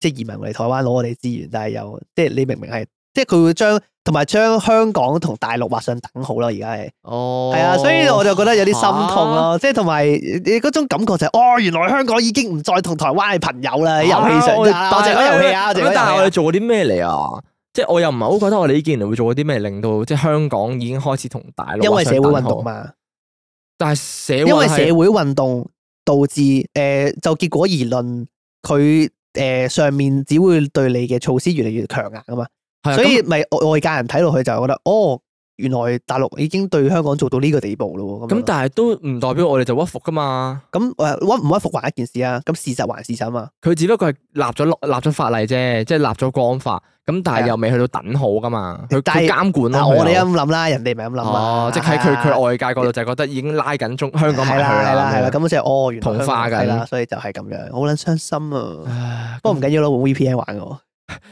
S2: 即係移民嚟台灣攞我哋資源，但係又即係你明明係，即係佢會將同埋將香港同大陸畫上等號啦，而家係。
S1: 哦，
S2: 係啊，所以我就覺得有啲心痛咯，即係同埋你嗰種感覺就係，哦，原來香港已經唔再同台灣係朋友
S1: 嚇。
S2: 啦，喺遊戲上
S1: 啊我哋
S2: 咋，我淨係講遊戲啊，我淨係
S1: 咁但係
S2: 講遊
S1: 我哋
S2: 戲啊。
S1: 做過啲咩嚟啊？即係我又唔係好覺得我哋呢幾年會做過啲咩，令到即係香港已經開始同大陸
S2: 因為
S1: 為
S2: 社會運動，嘛，
S1: 但係社
S2: 因為
S1: 為
S2: 社會運動導致誒、呃就結果而論，佢誒、呃上面只會對你嘅措施越嚟越強硬啊嘛，
S1: 係
S2: 所
S1: 咁
S2: 以咪外外界人睇落去就覺得，哦，原來大陸已經對香港做到呢個地步咯喎，咁
S1: 咁
S2: 樣
S1: 但係都唔代表我哋就屈服噶嘛。
S2: 咁誒屈唔屈服還一件事啊，咁事實還事實啊嘛。
S1: 佢只不過係立咗立咗法例啫，即係立咗國安法，咁但
S2: 係啊
S1: 係又未去到等號噶嘛，佢
S2: 但係
S1: 佢監管
S2: 嗱，
S1: 咯。
S2: 我哋
S1: 佢有
S2: 咁諗啦，人哋咪咁諗啦
S1: 哦，，即係喺佢
S2: 係啊
S1: 佢外界嗰度就係覺得已經拉緊中香港埋
S2: 係
S1: 去
S2: 啦係啦係啦，
S1: 咁樣
S2: 咁即係哦，原來
S1: 同化緊
S2: 係啦，所以就係咁樣，好撚傷 心啊！
S1: 唉
S2: 不過唔緊要咯，換 VPN 玩我，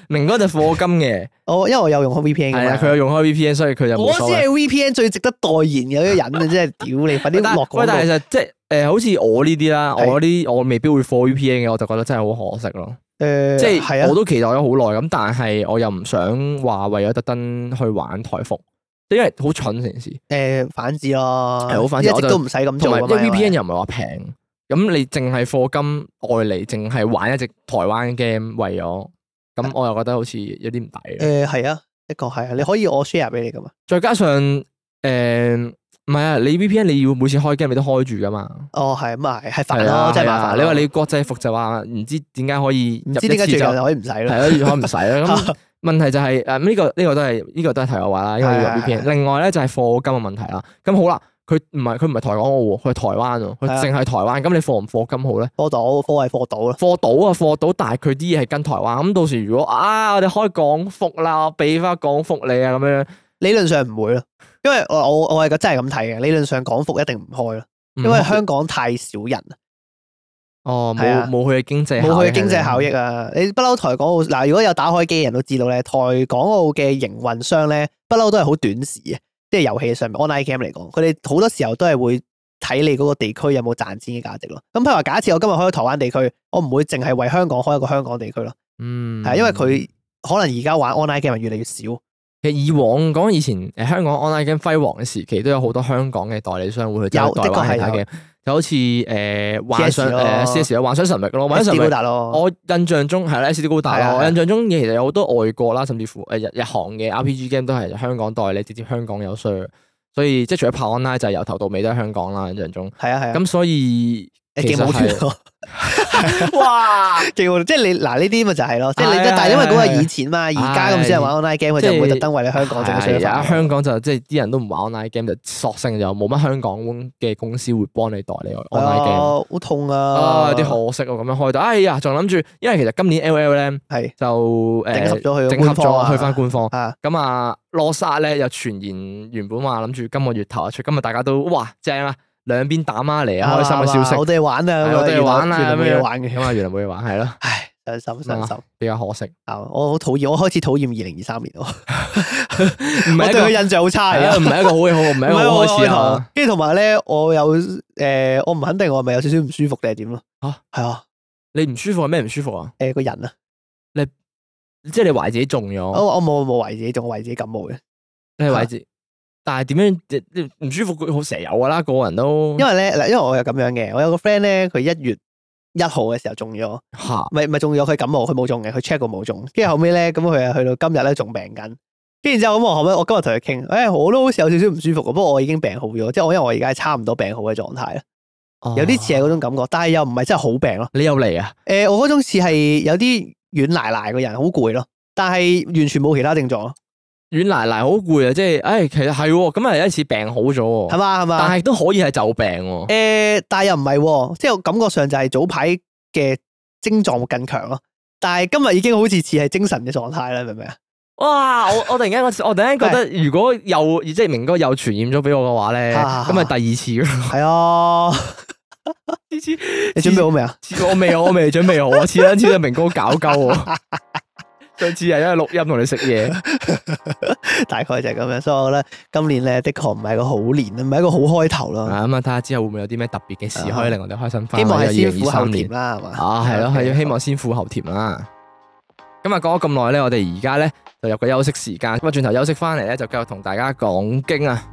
S1: 明哥就課金嘅，
S2: 我因為我有用開
S1: 係
S2: VPN 㗎
S1: 啊，
S2: 嘛，
S1: 佢有用開 VPN，所以佢就冇
S2: 我
S1: 所
S2: 先
S1: 謂。
S2: 係 VPN 最值得代言嘅一個人啊！真係屌你，快 啲
S1: 但
S2: 落
S1: 喂
S2: 廣告
S1: 但係。其實即係誒，好似我呢啲啦，
S2: 係
S1: 我呢啲我未必會課 VPN 嘅，我就覺得真係好可惜咯。
S2: 誒，
S1: 即
S2: 係
S1: 係我
S2: 啊，
S1: 都期待咗好耐，咁但係我又唔想話為咗特登去玩台服，因為好蠢成件事。
S2: 誒反字咯，
S1: 係好反智
S2: 一直
S1: 我就
S2: 都唔使咁
S1: 同
S2: 做
S1: 埋
S2: 㗎
S1: 即
S2: 嘛
S1: 係 VPN
S2: 因為
S1: 又唔係話平，咁你淨係課金外嚟，淨係玩一隻台灣 game 為咗，咁我又覺得好似有啲唔抵。
S2: 啊誒係啊，的確係啊，你可以我 share 俾你噶嘛。
S1: 再加上誒唔係啊，你 VPN 你要每次開 game 你都開住噶嘛，
S2: 哦係咁啊係，係煩
S1: 係啊
S2: 咯，真係
S1: 係啊
S2: 麻煩咯。
S1: 你話你國際服就話唔知點解可以
S2: 唔
S1: 入
S2: 知
S1: 一
S2: 點解
S1: 次
S2: 最
S1: 就
S2: 近就可以唔使
S1: 係
S2: 啦。
S1: 咯，如果唔使啦。 咁問題就係誒呢個呢個都係呢個都係題外話啦，因為
S2: 係
S1: 要
S2: 係
S1: 入 VPN。另外咧就係課金嘅問題啦。咁好啦，佢唔係佢唔係台港澳喎，佢係台灣喎，佢
S2: 係啊
S1: 淨係台灣。咁你課唔課金好咧？
S2: 科到科係科到啦。
S1: 貨到啊，貨到，但係佢啲嘢係跟台灣，咁到時如果啊，我哋開港服啦，我俾翻港服你啊，咁樣，
S2: 理論上唔會咯，因為我我我係真係咁睇嘅。理論上港服一定唔開咯，
S1: 因
S2: 因為香港太少人啦，
S1: 哦冇
S2: 係啊
S1: 冇佢嘅經濟
S2: 冇佢嘅經濟效
S1: 益
S2: 益啊。你不嬲台港澳嗱，如果有打開機嘅人都知道咧，台港澳嘅營運商咧，不嬲都係好短視嘅，即係遊戲上面 online game 嚟講，佢哋好多時候都係會睇你嗰個地區有冇賺錢嘅價值咯。咁譬如話，假設我今日開咗台灣地區，我唔會淨係為香港開一個香港地區咯，
S1: 啊，嗯，
S2: 係啊因為佢可能而家玩 online game 人越嚟越少。
S1: 其實以往講以前誒香港 online game 輝煌嘅時期，都有好多香港嘅代理商會去走
S2: 有
S1: 去台灣
S2: 的確係
S1: 去打
S2: 有
S1: game，就好似誒幻想
S2: CS 咯
S1: 誒 CS 咯幻想神域咯，幻想
S2: SD
S1: 神哦
S2: 高
S1: 域。
S2: 達咯，
S1: 我印象中係啦，S D 高達
S2: 係啊
S1: 啦。
S2: 係啊
S1: 我印象中其實有好多外國啦，甚至乎誒日日韓嘅 R P G game 都係香港代理，直接香港有 share。所以即係除咗拍 online 就係由頭到尾都係香港啦，印象中。
S2: 係啊係啊，
S1: 咁所以
S2: 誒
S1: 其
S2: 勁
S1: 實
S2: 舞團
S1: 係
S2: 咯。
S1: 哇，
S2: 勁喎即係你嗱呢啲咪就係咯，即係你
S1: 係啊
S2: 但係因為嗰個
S1: 係啊
S2: 以前嘛，而家咁先係玩 online game，佢就唔會特登為你香港整
S1: 係
S2: 個
S1: 啊
S2: server
S1: 而家香港就即係啲人都唔玩 online game，就索性就冇乜香港嘅公司會幫你代理
S2: 係
S1: online game。
S2: 啊好痛啊！
S1: 啊，有啲可惜喎，咁樣開到，哎呀，仲諗住，因為其實今年 L L 咧
S2: 係
S1: 就誒
S2: 整合咗
S1: 整
S2: 去
S1: 合
S2: 官方啊
S1: 咗去翻官方，
S2: 啊，
S1: 咁啊，羅莎咧又傳言原本話諗住今個月頭就出，今日大家都哇正啊！兩邊打孖嚟啊，開心嘅消息
S2: 我，哋玩啊，
S1: 係我哋玩
S2: 啦，
S1: 啊，
S2: 原來冇嘢玩
S1: 咁
S2: 嘅，
S1: 啊，原來冇嘢玩，係 咯，
S2: 唉，傷心傷心
S1: 比較可惜。
S2: 啊！我好討厭，我開始討厭二零二三年咯，
S1: 唔
S2: 我
S1: 係一
S2: 對
S1: 個
S2: 佢印象好差
S1: 係啊，
S2: 啊！
S1: 唔係一個好嘅好，唔係一個好開始啊。，
S2: 跟住同埋咧，我有诶，我唔肯定我係咪有少少唔舒服定係點咯？
S1: 嚇
S2: 係啊，
S1: 你唔舒服係咩唔舒服啊？
S2: 诶個人啊，
S1: 即係你懷自己中咗，
S2: 我我冇冇為自己，仲為自己感冒嘅，
S1: 嗯你係懷自，但係點樣你你唔舒服？佢好成日有噶啦，個人都
S2: 因為咧嗱，因為我有咁樣嘅，我有個 friend 咧，佢一月一號嘅時候中咗。
S1: 嚇
S2: 咪咪中咗佢感冒，佢冇中嘅，佢 check 過冇中。跟住後尾咧，咁佢啊去到今日咧仲病緊。跟住之後咁我後尾我今日同佢傾，誒、我都好似有少少唔舒服嘅，不過我已經病好咗，即係我因為我而家係差唔多病好嘅狀態啦，有啲似係
S1: 啊
S2: 嗰種感覺，但係又唔係真係好病咯。
S1: 你又嚟啊？
S2: 誒、我嗰種似係有啲軟賴賴個人，好攰咯，但係完全冇其他症狀咯，
S1: 軟奶奶好攰啊！即係，唉，其實係喎，咁啊有一次病好咗
S2: 係
S1: 喎，
S2: 嘛係
S1: 哦但
S2: 嘛？誒、
S1: 係都可以係就病喎。
S2: 但係又唔係喎，即係我感覺上就係早排嘅症狀會更強咯，但係今日已經好似似係精神嘅狀態啦，明唔明啊？
S1: 哇！ 我我突然間我我突然間覺得，如果又即係明哥又傳染咗俾我嘅話咧，
S2: 啊
S1: 咁咪第二次咯。
S2: 係啊，
S1: 次次
S2: 你準備好未啊？
S1: 次我未我未準備 好，我啊次一次都明哥搞鳩我。上次係因為錄音同你食 嘢，
S2: 大概就係咁樣，所以我覺得今年咧的確唔係一個好年，唔係一個好開頭咯。
S1: 啊咁啊睇下之後會唔會有啲咩特別嘅事可以令我哋開心翻？
S2: 啊希望係先苦
S1: 2023
S2: 後甜
S1: 年
S2: 啦，係嘛？
S1: 啊，係咯，係
S2: OK，
S1: 要希望先苦後甜啦。咁啊，講咗咁耐咧，我哋而家咧就入個休息時間。咁啊，轉頭休息翻嚟咧，就繼續同大家講經啊。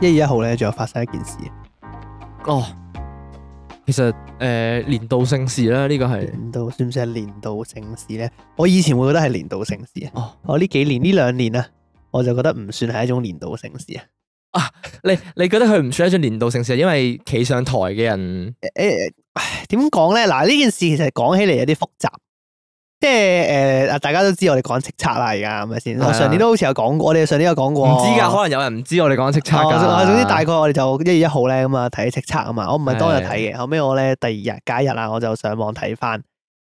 S2: 一月一號咧，仲有發生一件事，
S1: 哦，其實诶、呃年度盛事啦，呢、個係
S2: 年度算唔算係年度盛事咧？我以前會覺得係年度盛事啊，
S1: 哦，
S2: 我呢幾年呢兩年啊，我就覺得唔算係一種年度盛事啊。
S1: 你你覺得佢唔算一種年度盛事，係因為企上台嘅人
S2: 誒唉點講咧？嗱，呢件事其實講起嚟有啲複雜，即係誒啊！大家都知我哋講叱咤啦，而家係咪先？
S1: 係啊
S2: 我上年都好似有講過，我哋上年有講
S1: 唔
S2: 過。
S1: 知㗎，可能有人唔知我哋講叱咤
S2: 哦
S1: 㗎。
S2: 總之大概我哋就一月一號咧咁啊睇叱咤啊嘛，我唔係當日睇嘅，後尾我咧第二日假日啊，我就上網睇翻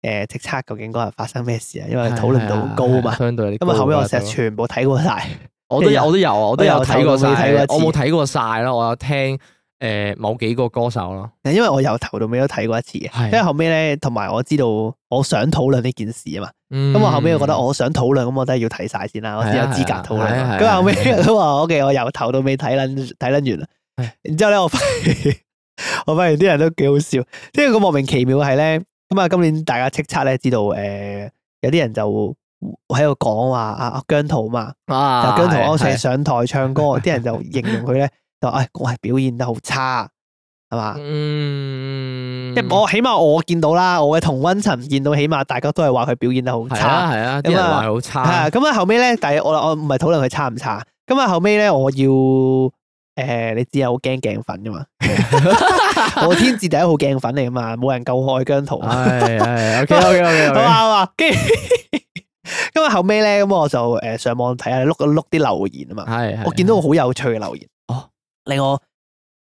S2: 誒叱咤究竟嗰日發生咩事啊，因為討論度好高啊
S1: 係係
S2: 嘛
S1: 係。相對有啲
S2: 咁啊，後尾
S1: 高
S2: 我
S1: 啊
S2: 成日
S1: 都
S2: 全部睇過晒，
S1: 我都有我都有我都有睇過晒
S2: 我由頭
S1: 我
S2: 到尾睇，過一次
S1: 冇睇過晒咯，我有聽诶、呃某幾個歌手咯。
S2: 因為我由頭到尾都睇過一次嘅，
S1: 係
S2: 因為後尾咧同埋我知道我想討論呢件事啊嘛，
S1: 咁
S2: 咁我後尾我覺得哦我想討論，咁我都係要睇晒先啦，我先有資格討論
S1: 嗯啊係啊係啊係啊
S2: 嘛。
S1: 係啊
S2: 咁後尾咁話 OK，我由頭到尾睇撚睇撚完啦
S1: 係。
S2: 然之後咧，我發現 我發現啲人都幾好笑，即係個莫名其妙係咧，咁啊今年大家叱咤咧知道誒，有啲人就喺度講話啊啊姜濤嘛，就
S1: 啊
S2: 姜
S1: 係
S2: 濤歐
S1: 係
S2: 成上台唱歌， 啲人就形容佢咧就話唉，我係表現得好差，係嘛？
S1: 嗯，
S2: 即係我起碼我見到啦，我嘅同溫層見到，起碼大家都係話佢表現得好
S1: 係
S2: 差。
S1: 啊係啊，啲人話佢好
S2: 啊，
S1: 差，
S2: 咁啊後尾咧，但係我我唔係討論佢差唔差，咁啊後尾咧，我要誒、呃你知啊，好驚鏡粉 噶嘛， 我天字第一號鏡粉嚟噶嘛，冇人夠我愛姜濤，好啊
S1: 係係 OK OK OK
S2: 好
S1: OK，
S2: 啊， 跟住咁啊後尾咧，咁我就誒、呃上網睇下碌一碌啲留言啊嘛，
S1: 係
S2: 我見到個好有趣嘅留言，
S1: 哦，
S2: 令我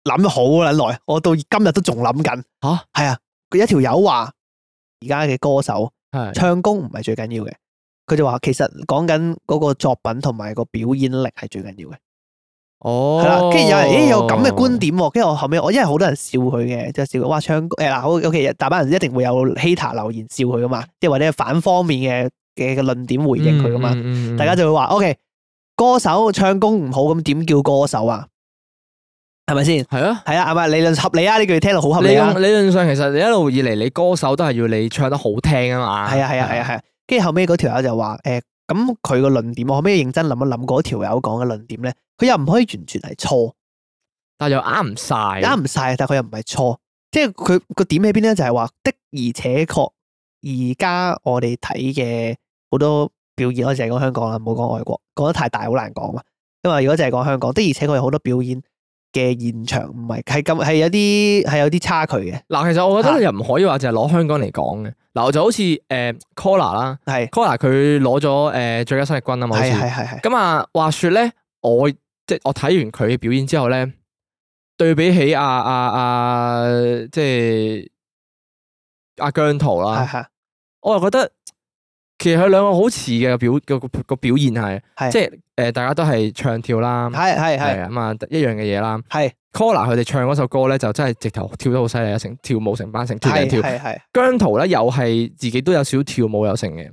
S2: 諗咗好撚耐，我到今日都仲諗緊，
S1: 嚇
S2: 係啊，佢一條友話而家嘅歌手。
S1: 係
S2: 唱功唔係最緊要嘅，佢就話其實講緊嗰個作品同埋個表演力係最緊要嘅，
S1: 哦，
S2: 係啦、跟住有人咦有咁嘅觀點喎，跟住我後尾我因為好多人笑佢嘅，就笑佢哇唱歌誒嗱好 OK，大班人一定會有 hater 留言笑佢噶嘛，即係或者反方面嘅嘅嘅論點回應佢噶嘛，
S1: 嘛
S2: 大家就會話 OK 歌手唱功唔好咁點叫歌手啊？係咪先？
S1: 係啊。
S2: 係啊，係咪理論合理啊？呢句聽落好合
S1: 理
S2: 理啊！
S1: 論理論上，其實你一路以嚟，你歌手都係要你唱得好聽啊嘛。
S2: 係啊係啊係啊係啊，跟住後尾嗰條友就話誒，咁佢個論點，啊我後尾認真諗一諗嗰條友講嘅論點咧，佢又唔可以完全係錯，
S1: 但又啱唔晒。啊
S2: 啱唔晒，但佢又唔係錯，即係佢個點喺邊咧，就係話的而且確，而家我哋睇嘅好多表演，我淨係講香港啦，唔好講外國，講得太大好難講嘛。因為如果淨係講香港，的而且確有好多表演嘅現場唔係係咁係有啲係有啲差距嘅，
S1: 嗱，其實我覺
S2: 嚇
S1: 得又唔可以話就係攞香港嚟講嘅。嗱，我就好似誒 Cola 啦
S2: 係
S1: ，Cola 佢攞咗誒最佳新力軍啊嘛，好
S2: 係
S1: 似。
S2: 係係係
S1: 咁啊，話說咧，我即係我睇完佢嘅表演之後咧，對比起阿阿阿即係阿姜濤
S2: 係
S1: 啦，
S2: 係
S1: 我又覺得其實佢兩個好似嘅個表個個個表現係
S2: 係，
S1: 即係誒、呃大家都係唱跳啦，
S2: 係係係
S1: 係啊嘛一樣嘅嘢啦。
S2: 係
S1: Cola 佢哋唱嗰首歌咧就真係直頭跳得好犀利啊，成跳舞成班成跳成跳。
S2: 係係
S1: 姜濤咧又係自己都有少少跳舞有成嘅，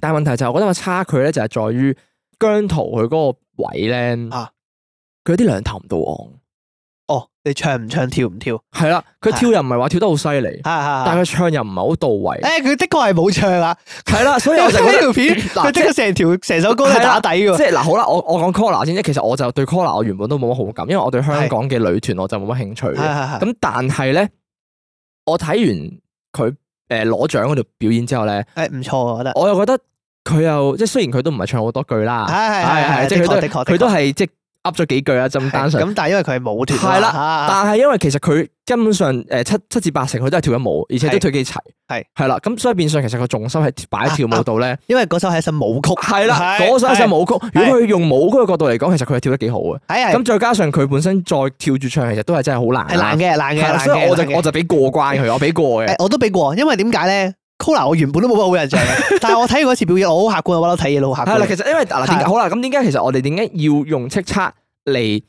S1: 但係問題就係我覺得個差距咧就係在於姜濤佢嗰個位咧，佢、
S2: 啊
S1: 有啲兩頭唔到岸，
S2: 哦，你唱唔唱跳唔跳？
S1: 係啦，佢
S2: 係
S1: 跳又唔係話跳得好犀利，
S2: 係係
S1: 但
S2: 係
S1: 係佢唱又唔係好到位，
S2: 誒佢的確係冇唱啊，
S1: 係啦，所以我就覺
S2: 呢
S1: 得
S2: 條片
S1: 嗱
S2: 佢即刻成條成首歌都係打底㗎喎
S1: 即。係嗱好啦，我我講 Cola 先啫，其實我就對 Cola 我原本都冇乜好感，因為我對香港嘅女團我就冇乜興趣 嘅
S2: 係係係
S1: 咁但係咧，我睇完佢誒攞獎嗰度表演之後咧。
S2: 誒唔錯，我覺得
S1: 我又覺得佢又即係雖然佢都唔係唱好多句啦，
S2: 係係係係
S1: 即係佢
S2: 的確的確
S1: 都佢都係即係噏咗幾句啦，咁單純。
S2: 咁，但係因為佢係舞團啊
S1: 係啦
S2: 啊
S1: 但係因為其實佢根本上誒七七至八成佢都係跳緊舞，而且都跳幾齊，
S2: 係
S1: 係啦。咁所以變相其實個重心係擺喺跳舞 度咧，
S2: 因為嗰首係一首舞曲，
S1: 係啦。
S2: 係
S1: 嗰首係首舞曲，如果佢用舞曲嘅角度嚟講，其實佢係跳得幾好嘅。
S2: 係係
S1: 咁再加上佢本身再跳住唱，其實都係真係好難
S2: 哎係
S1: 啦。
S2: 難嘅，難嘅，
S1: 係啦
S2: 難
S1: 所以
S2: 嘅。
S1: 我
S2: 難
S1: 就
S2: 嘅
S1: 我就俾過關佢，我俾過嘅
S2: 誒。我都俾過，因為點解咧？Cola 我原本都冇乜好印 象嘅，但係我睇嗰次表演，我好客觀，我覺得睇嘢都好客
S1: 係啦，
S2: 觀。
S1: 其實因為嗱，點解
S2: 係
S1: 好啦？咁點解其實我哋點解要用叱咤嚟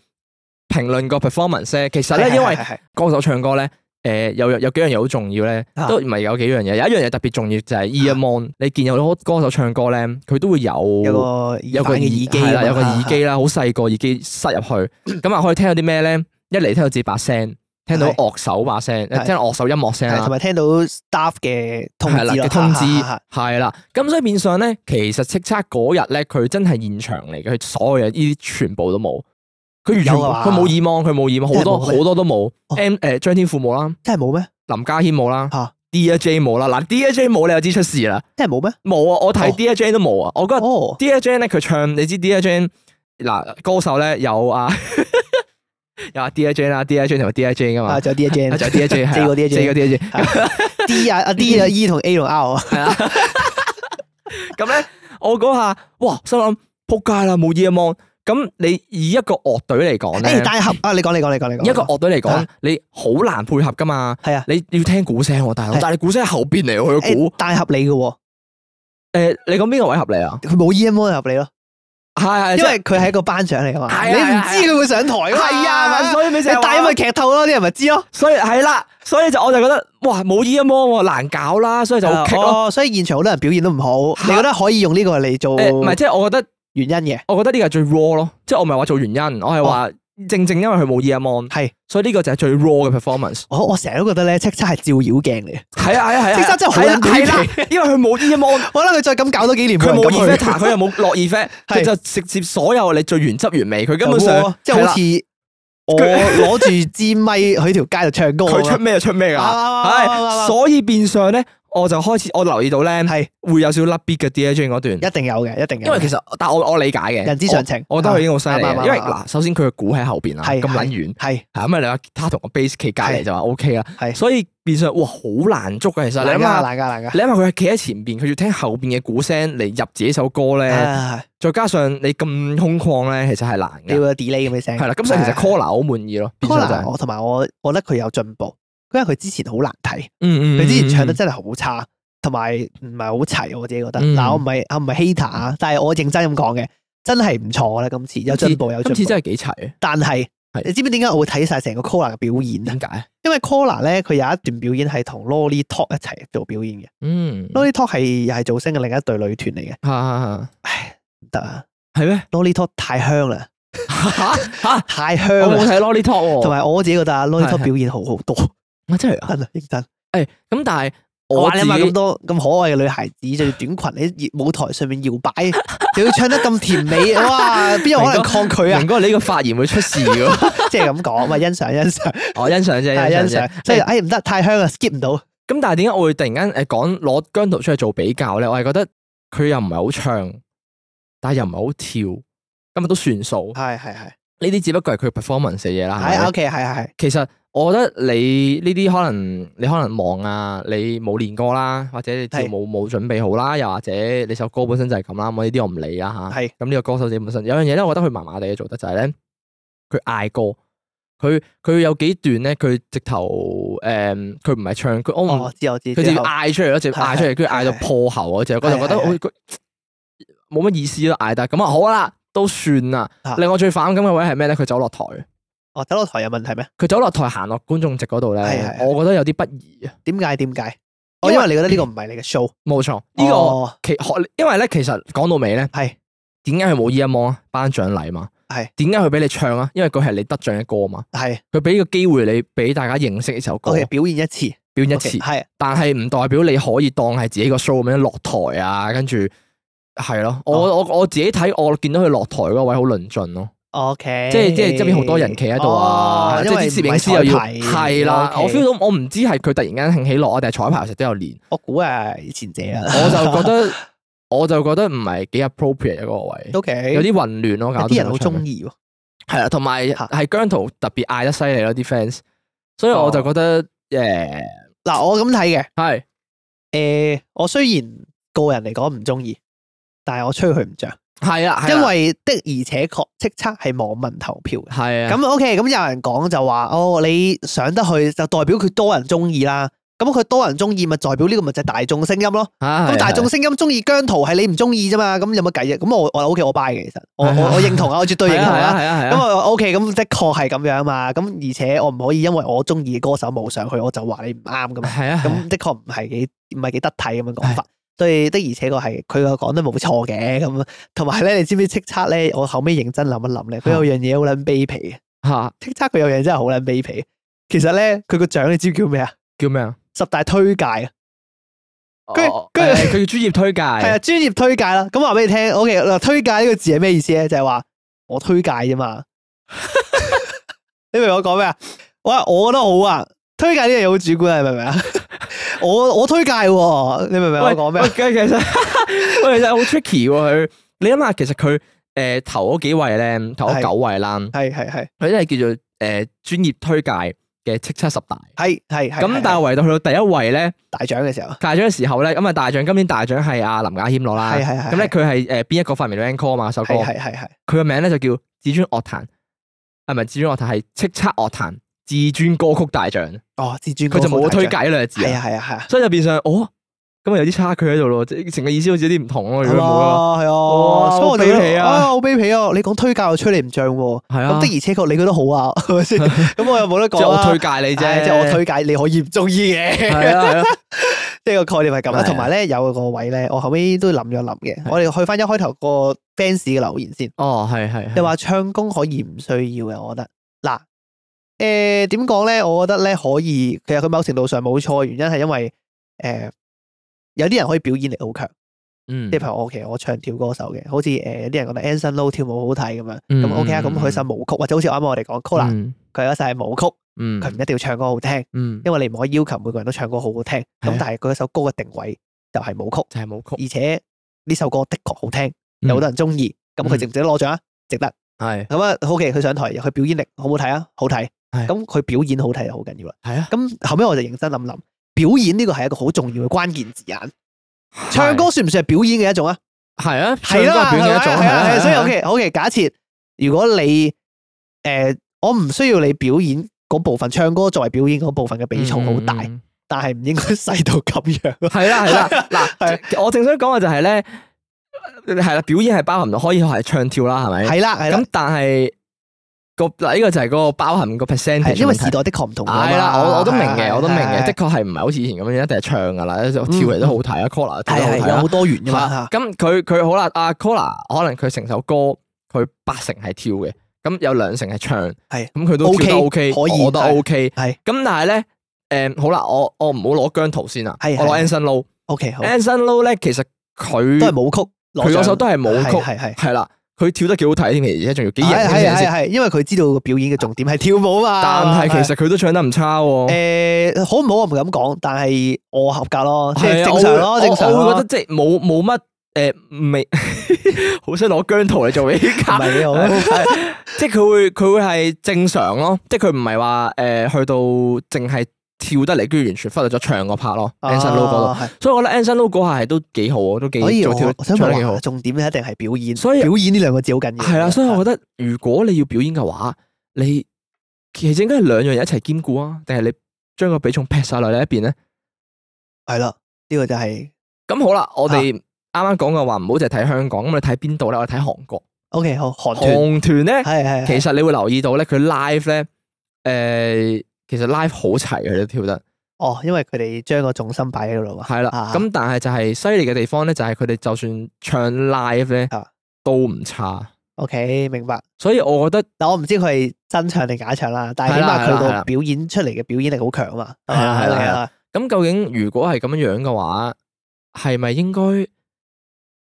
S1: 評論個 performance 咧？其實
S2: 係
S1: 咧，因為
S2: 係係
S1: 歌手唱歌咧，誒有有有幾樣嘢好重要咧
S2: 啊，
S1: 都唔係有幾樣嘢，有一樣嘢特別重要就係 ear mon。你見有好多歌手唱歌咧，佢都會有
S2: 有個
S1: 有
S2: 個
S1: 個
S2: 耳機
S1: 係啦，有個耳
S2: 啊
S1: 機 啦，好細個耳機塞入去，咁啊可以聽到啲咩咧？一嚟聽到自己把聲，聽到
S2: 係
S1: 樂手把聲，
S2: 係
S1: 聽到樂手音樂聲
S2: 係
S1: 啦
S2: 同。埋聽到 staff 嘅通知
S1: 係啦
S2: 咯
S1: 嘅通知
S2: 啊啊啊
S1: 係啦，咁所以變相咧，其實叱咤嗰日咧，佢真係現場嚟嘅，佢所有嘢呢啲全部都冇，佢完全
S2: 有啊
S1: 佢冇耳芒，佢冇耳芒，好多
S2: 真係冇
S1: 好
S2: 咩
S1: 多都冇
S2: 哦。
S1: M 誒張天賦冇啦，
S2: 真係冇咩？
S1: 林家謙冇啦
S2: 嚇
S1: ，D J 冇啦，嗱 D J 冇你又知出事啦，
S2: 真係冇咩？
S1: 冇啊，我睇
S2: 哦
S1: D J 都冇啊，我覺得
S2: 哦，
S1: D J 咧佢唱，你知 D J 嗱歌手咧有啊 有啊 D J 啦，D J 同埋 D J 噶嘛
S2: 啊，，仲有 D J，
S1: 仲有 D J 係啦啊
S2: 四個 DJ
S1: 四個 D J。
S2: D 啊啊 D 啊 E 同 A 同 R 啊
S1: 系啊。咁咧，我嗰下，哇，心谂扑街啦，冇耳望。咁你以一個樂隊嚟講
S2: 誒
S1: 咧，，
S2: 但係合啊，你講你講你講你
S1: 以
S2: 講，
S1: 一個樂隊嚟講
S2: 啊，
S1: 你好難配合噶嘛。
S2: 係啊，哎
S1: 你要聽鼓聲喎，大佬，
S2: 係
S1: 但係你鼓聲喺後邊嚟喎，佢個
S2: 誒
S1: 鼓。
S2: 但係合理嘅喎，
S1: 誒，你講邊個位合理啊？
S2: 佢冇 E M O 合理咯，
S1: 係係，
S2: 因
S1: 因為
S2: 為佢係一個頒獎嚟噶嘛，
S1: 係啊
S2: 你唔
S1: 係啊
S2: 知佢會上台㗎嘛
S1: 係啊，所以咪
S2: 你
S1: 成日話
S2: 但因為劇透咯，啲人咪知咯，
S1: 所以係啦，所以就我就覺得，哇，冇耳望喎，難搞啦，所以就好棘咯。
S2: 哦，所以現場好多人表現都唔好，
S1: 嚇
S2: 你覺得可以用呢個嚟做
S1: 誒，唔係，即係我覺得，
S2: 原因嘅，
S1: 我覺得呢個係最 raw 咯，即係我唔係話做原因，我係話正正因為佢冇耳望，
S2: 係
S1: 所以呢個就係最 raw 嘅 performance。
S2: 我我成日都覺得咧，叱咤係照妖鏡嚟嘅，
S1: 係啊係啊係啊，
S2: 即係真係好撚
S1: 係啦
S2: 短
S1: 係
S2: 期
S1: 啦因為佢冇 e m o
S2: 我覺得佢再咁搞多幾年，
S1: 佢冇
S2: 人敢
S1: effect，啊
S2: 去
S1: 佢又冇落 effect，
S2: 係
S1: 佢就直接所有你最原汁原味，佢根本
S2: 就冇
S1: 上
S2: 啊即係好似
S1: 係
S2: 我攞住支咪去條街度唱歌
S1: 啦
S2: 咁樣，
S1: 佢出咩就出咩
S2: 啱
S1: 㗎，
S2: 啱啱啱啱
S1: 係所以變相咧，我就開始我留意到咧，
S2: 係
S1: 會有少少甩 beat 嘅 DJ 嗰段，
S2: 一定有嘅，一定有嘅，
S1: 因為其實但我我理解嘅，
S2: 人之常情啊
S1: 我我覺得佢已經好犀利啊
S2: 啱啱啱
S1: 嘅，因為
S2: 啱
S1: 嗱，首先佢嘅鼓喺後邊啦，
S2: 係
S1: 咁撚
S2: 係
S1: 遠。
S2: 係
S1: 係咁啊！你話吉他同個 bass 企隔離
S2: 係
S1: 就話 O K 啦，
S2: 係
S1: 所以變相哇好難捉啊嘅，其實你諗
S2: 難噶
S1: 下，
S2: 難噶難噶
S1: 你。諗下佢係企喺前邊，佢要聽後邊嘅鼓聲嚟入自己首歌咧，
S2: 啊
S1: 再加上你咁空曠咧，其實係難
S2: 你
S1: 嘅，
S2: 會有 delay 咁嘅聲。
S1: 係啦。咁所以其實 Cola 好滿意咯，變相就
S2: Cola，
S1: 係嗯
S2: 我同埋我，我覺得佢有進步，因為佢之前好難睇，
S1: 嗯嗯，
S2: 佢之前唱得
S1: 嗯
S2: 真係好差，同埋唔係好齊，我自己覺得。
S1: 嗯
S2: 嗱，我唔係我唔係 hater 啊，但係我認真咁講嘅，真係唔錯啦，今次有進步有
S1: 今次
S2: 進步。
S1: 真係幾齊，
S2: 但係
S1: 係
S2: 你知唔知點解我會睇晒成個 Cola 嘅表演啊？
S1: 點 解？
S2: 因為 Cola 咧，佢有一段表演係同 Lolly Talk 一齊做表演嘅。
S1: 嗯，
S2: Lolly Talk 係又係造星嘅另一隊女團嚟嘅，
S1: 嚇嚇
S2: 唔得啊
S1: 嚇係咩？
S2: ！Lolly Talk 太香啦，
S1: 嚇 嚇
S2: 太
S1: 我
S2: 香
S1: 冇
S2: 啦，
S1: 睇 Lolly Talk 喎，
S2: 同埋我自己覺得啊 Lolly
S1: 係
S2: Talk
S1: 係
S2: 表現好好多，
S1: 啊真係啊！
S2: 真啊認真。
S1: 誒咁，但係
S2: 我
S1: 我
S2: 你
S1: 自
S2: 諗下咁
S1: 己
S2: 多咁可愛嘅女孩子，着住短裙喺舞台上面搖 擺，又要唱得咁甜美，哇！邊有可能抗拒啊
S1: 明？哥你呢個發言會出事嘅 喎，
S2: 即係咁講，咪欣賞欣賞，
S1: 我欣賞啫，
S2: 係
S1: 欣賞
S2: 欣賞
S1: 啫。。
S2: 即係
S1: 誒
S2: 哎唔得，太香啦，skip 唔到。
S1: 咁，但係點解我會突然間誒講攞姜濤出去做比較咧？我係覺得佢又唔係好唱，但係又唔係好跳，咁啊都算數。
S2: 係係係，
S1: 呢啲只不過係佢 performance 嘅嘢啦。係啊咪
S2: 係 OK 係係係，
S1: 其實我覺得你呢啲可能你可能忙啊，你冇練歌啦，或者你跳舞冇準備好啦，又或者你首歌本身就係咁啦，啊咁呢啲我唔理啦吓。
S2: 係
S1: 咁呢個歌手自己本身有樣嘢咧，我覺得佢麻麻地做得就係咧，佢嗌歌。佢佢有幾段咧，佢直頭誒，佢唔係唱，佢我唔
S2: 哦，知我知，
S1: 嗯佢啊就
S2: 之
S1: 要
S2: 後
S1: 嗌出嚟咯，直接嗌出嚟，跟住嗌到破喉嗰只，我就覺得
S2: 係係
S1: 我佢冇乜意思咯，嗌得咁啊好啦，都算啦
S2: 啊。
S1: 令我最反感嘅位係咩咧？佢走落台，
S2: 哦，走落台有問題咩？
S1: 佢走落台行落觀眾席嗰度咧
S2: 係係，係
S1: 我覺得有啲不宜啊。
S2: 點解點解？哦，
S1: 因為
S2: 因為你覺得呢個唔係你嘅 show，
S1: 冇錯，呢個
S2: 哦
S1: 其學，因為咧其實講到尾咧，
S2: 係
S1: 點解佢冇 E M 啊？頒獎禮嘛，
S2: 係
S1: 點解佢俾你唱啊？因為佢係你得獎嘅歌嘛，
S2: 係
S1: 佢俾個機會你俾大家認識呢首歌，
S2: ，OK，表現一次，
S1: 表哦演一次。
S2: 係
S1: 但係唔代表你可以當係自己個 show 咁樣落台啊，跟住係咯，我、我我自己睇，我見到佢落台嗰位好論盡咯，
S2: OK，
S1: 即係即係側邊好多人企喺度啊，
S2: 哦
S1: 即
S2: 因
S1: 係
S2: 為
S1: 啲攝影師又
S2: 唔
S1: 要
S2: 係彩排
S1: 係啦，
S2: OK
S1: 我 feel 到我唔知係佢突然間興起落啊，定係彩排時都有 練，
S2: 我估啊，以前者啊
S1: 我就覺得我就覺得唔係幾 appropriate 嗰個位。
S2: ，OK，
S1: 有啲混亂咯，搞到
S2: 有啲人好
S1: 場面
S2: 中意喎，
S1: 係啦，同埋
S2: 嚇
S1: 係姜濤特別嗌得犀利咯，啲 fans，所以我
S2: 哦
S1: 就覺得誒
S2: 嗱，我咁睇嘅，
S1: 係
S2: 誒，我雖然個人嚟講唔中意，但係我吹佢唔着，
S1: 係啊啦，係啦
S2: 因為的而且確叱咤係網民投票嘅。
S1: 係啊，
S2: 咁 OK，咁有人講就話哦，你上得去就代表佢多人中意啦。咁佢多人中意，咪代表呢個咪就係大眾聲音咯。
S1: 啊
S2: 咁
S1: 係
S2: 大
S1: 係
S2: 眾聲音中意姜濤係你唔中意啫嘛。咁有乜計啫？咁我我 OK，我 buy 嘅其實，我
S1: 係啊
S2: 我我認同啊，我絕對認同
S1: 係
S2: 啊。
S1: 啊係啊係
S2: 咁
S1: 啊，
S2: 我 OK，咁的確係咁樣嘛。咁而且我唔可以因為我中意嘅歌手冇上去，我就話你唔啱噶嘛。
S1: 係啊，
S2: 咁的確唔係幾唔係幾得體咁樣講法。所以的而且確係佢又講得冇錯嘅咁，同埋咧，你知唔知叱咤咧？我後尾認真諗一諗咧，佢有樣嘢好撚卑鄙嘅。
S1: 吓
S2: 叱咤佢有樣真係好撚卑鄙。其實咧，佢個獎你知唔知叫咩啊？
S1: 叫咩啊？
S2: 十大推介啊，跟
S1: 哦
S2: 跟
S1: 誒佢叫專業推介，
S2: 係啊，專業推介啦。咁話俾你聽，OK 嗱，推介呢個字係咩意思咧？就係話我推介啫嘛。 你明我講咩啊？我話我覺得好啊，推介呢樣嘢好主觀啊，你明唔明啊？ 我我推介喎，你明唔明我講咩
S1: 喂
S2: 啊？
S1: 其實 喂，其實好 tricky 喎佢。你諗下，其實佢誒頭嗰幾位咧，頭嗰
S2: 係
S1: 九位啦，佢
S2: 係係係
S1: 都係叫做誒專業推介嘅叱咤十大。
S2: 係係係。
S1: 咁但係唯到去到第一位咧，
S2: 大獎嘅時候，
S1: 大獎嘅時候咧，咁啊大獎今年大獎係阿林家謙攞啦。
S2: 係係係
S1: 咁咧佢係誒邊一個發明 Rancor 嘛首歌，
S2: 係
S1: 佢
S2: 係係係
S1: 個名咧就叫至尊樂壇，啊唔係至尊樂壇係叱咤樂壇至尊歌曲大獎，
S2: 哦，至尊
S1: 佢就冇推介
S2: 大獎。
S1: 呢兩個字啊
S2: 係。啊係啊係啊。
S1: 所以就變相哦，咁咪有啲差距喺度咯，即係成個意思好似有啲唔同咯。如
S2: 係
S1: 果冇
S2: 啊，係
S1: 哇
S2: 啊，所以我哋
S1: 好卑鄙啊
S2: 好卑鄙啊！你講推介我吹你唔漲喎，
S1: 係啊
S2: 咁的而且確你覺得好啊，係咪 先？咁我又冇得
S1: 嘅，即係
S2: 講
S1: 我
S2: 啦。
S1: 推介你
S2: 唉
S1: 啫，
S2: 即係我推介，你可以唔中意嘅，
S1: 係 啊係啊，
S2: 即係個概念係咁
S1: 係
S2: 啦。
S1: 啊
S2: 同埋咧有個位咧，我後尾都諗咗諗嘅。我哋去翻一開頭個 fans 嘅留言先，
S1: 哦係係，
S2: 就話唱功可以唔需要啊嘅，我覺得嗱，誒點講咧？我覺得咧可以，其實佢某程度上冇錯，原因係因為誒有啲人可以表演力好強。
S1: 嗯
S2: 即係譬如我其實我唱跳歌手嘅，好似誒有啲人覺得 Anson Lo 跳舞好睇咁樣，
S1: 嗯
S2: 咁 OK 啊，咁
S1: 嗯
S2: 佢首舞曲或者好似啱啱我哋講 Cola，
S1: 嗯
S2: 佢有一首係舞曲，
S1: 嗯
S2: 佢唔一定要唱歌好聽，
S1: 嗯
S2: 因為你唔可以要求每個人都唱歌好好聽，
S1: 係
S2: 咁
S1: 啊
S2: 但係佢首歌嘅定位就係舞曲，
S1: 就係舞曲，
S2: 而且呢首歌的確好聽，
S1: 嗯
S2: 有好多人中意，咁佢
S1: 嗯
S2: 值唔值得攞獎啊？值得，
S1: 係
S2: 咁啊好嘅，佢上台佢表演力好唔好睇啊？好睇，
S1: 係
S2: 咁佢表演好睇就好緊要啦。
S1: 係啊，
S2: 咁後尾我就認真諗諗，表演呢個係一個好重要嘅關鍵字眼，唱歌算唔算係表演嘅一種啊？
S1: 係啊，唱
S2: 係
S1: 歌
S2: 啦，
S1: 係表演嘅一種，
S2: 係啊，係啊所以
S1: 係啊
S2: OK OK，假設如果你誒，我唔需要你表演嗰部分，唱歌作為表演嗰部分嘅比重好大，
S1: 嗯嗯
S2: 但係唔應該細到咁樣
S1: 嗯
S2: 咯。
S1: 係啦係啦，
S2: 係啊
S1: 嗱，我正想講嘅就係咧，係啦，表演係包含到可以係唱跳啦，係咪？
S2: 係啦，係啦
S1: 咁，但係個嗱呢個就係嗰個包含個 percentage
S2: 係因為
S1: 問題
S2: 時代的確唔同㗎嘛
S1: 係啦，我我都明嘅，我都明
S2: 係嗯
S1: 嘅，的確係唔係好似以前咁樣一定係唱噶啦，跳嚟都好睇啊，Cola 跳
S2: 係
S1: 得好
S2: 係
S1: 睇
S2: 有
S1: 啦
S2: 好多元㗎嘛
S1: 係啊
S2: 嚇。
S1: 咁佢佢好啦，阿 Cola 可能佢成首歌佢八成係跳嘅，咁有兩成係唱，
S2: 係
S1: 咁佢都跳得
S2: OK，
S1: OK，
S2: 可以
S1: 我覺得 OK，
S2: 係
S1: 咁但係咧。誒好啦，我我唔好攞姜圖先啦，我
S2: 係
S1: 攞
S2: 係
S1: Anson Lo，Anson
S2: OK 好，
S1: Lo 咧其實佢
S2: 都係舞曲攞獎，
S1: 佢嗰首都係舞曲
S2: 係係係
S1: 係啦，佢跳得幾好睇添，而且仲要幾型
S2: 係
S1: 添
S2: 係
S1: 先
S2: 係，係因為佢知道個表演嘅重點係跳舞嘛。
S1: 但係其實佢都唱得唔差喎。
S2: 誒好唔好我唔敢講，但係我合格咯，即
S1: 係
S2: 係
S1: 啊
S2: 正常咯，
S1: 我會
S2: 正常
S1: 我我
S2: 咯
S1: 會覺得即係冇冇乜诶未， 好想攞姜圖嚟做比
S2: 唔
S1: 較，
S2: 係嘅，我
S1: 即係佢會佢會係正常咯，即係佢唔係話诶去到淨係跳得嚟，跟住完全忽略咗唱嗰 part 咯
S2: 啊
S1: a n s o n Low 嗰度，
S2: 度。係
S1: 所以我覺得 a n s o n Low 嗰下係都幾好啊，都幾
S2: 所以
S1: 做
S2: 我
S1: 跳
S2: 我想
S1: 唱得幾
S2: 話
S1: 好，
S2: 重點一定係表演，
S1: 所以
S2: 表演呢兩個字好緊要。
S1: 係啦，所以我覺得如果你要表演嘅話，你其實應該係兩樣嘢一齊兼顧啊，定係你將個比重劈晒落你一邊咧？
S2: 係啦，呢個就係
S1: 咁好啦，我哋啱
S2: 啊
S1: 啱講嘅話唔好淨係睇香港，咁你睇邊度咧？我哋睇韓國，
S2: OK 好韓團，
S1: 韓團咧，
S2: 係係
S1: 其實你會留意到咧，佢 live 咧，诶、其實 live 好齊嘅，佢都跳得
S2: 哦，因為佢哋將個重心擺喺度啊。
S1: 係啦。
S2: 啊
S1: 咁、但係就係犀利嘅地方咧，就係佢哋就算唱 live 咧
S2: 啊，
S1: 都唔差。
S2: OK 明白。
S1: 所以我覺得
S2: 但我唔知佢係真唱定假唱啦，但係
S1: 係
S2: 起
S1: 啦
S2: 碼
S1: 係啦
S2: 佢
S1: 係啦
S2: 個表演出嚟嘅表演力好強啊嘛。
S1: 係啦係啦係啦
S2: 啊，
S1: 咁究竟如果係咁樣樣嘅話，係咪應該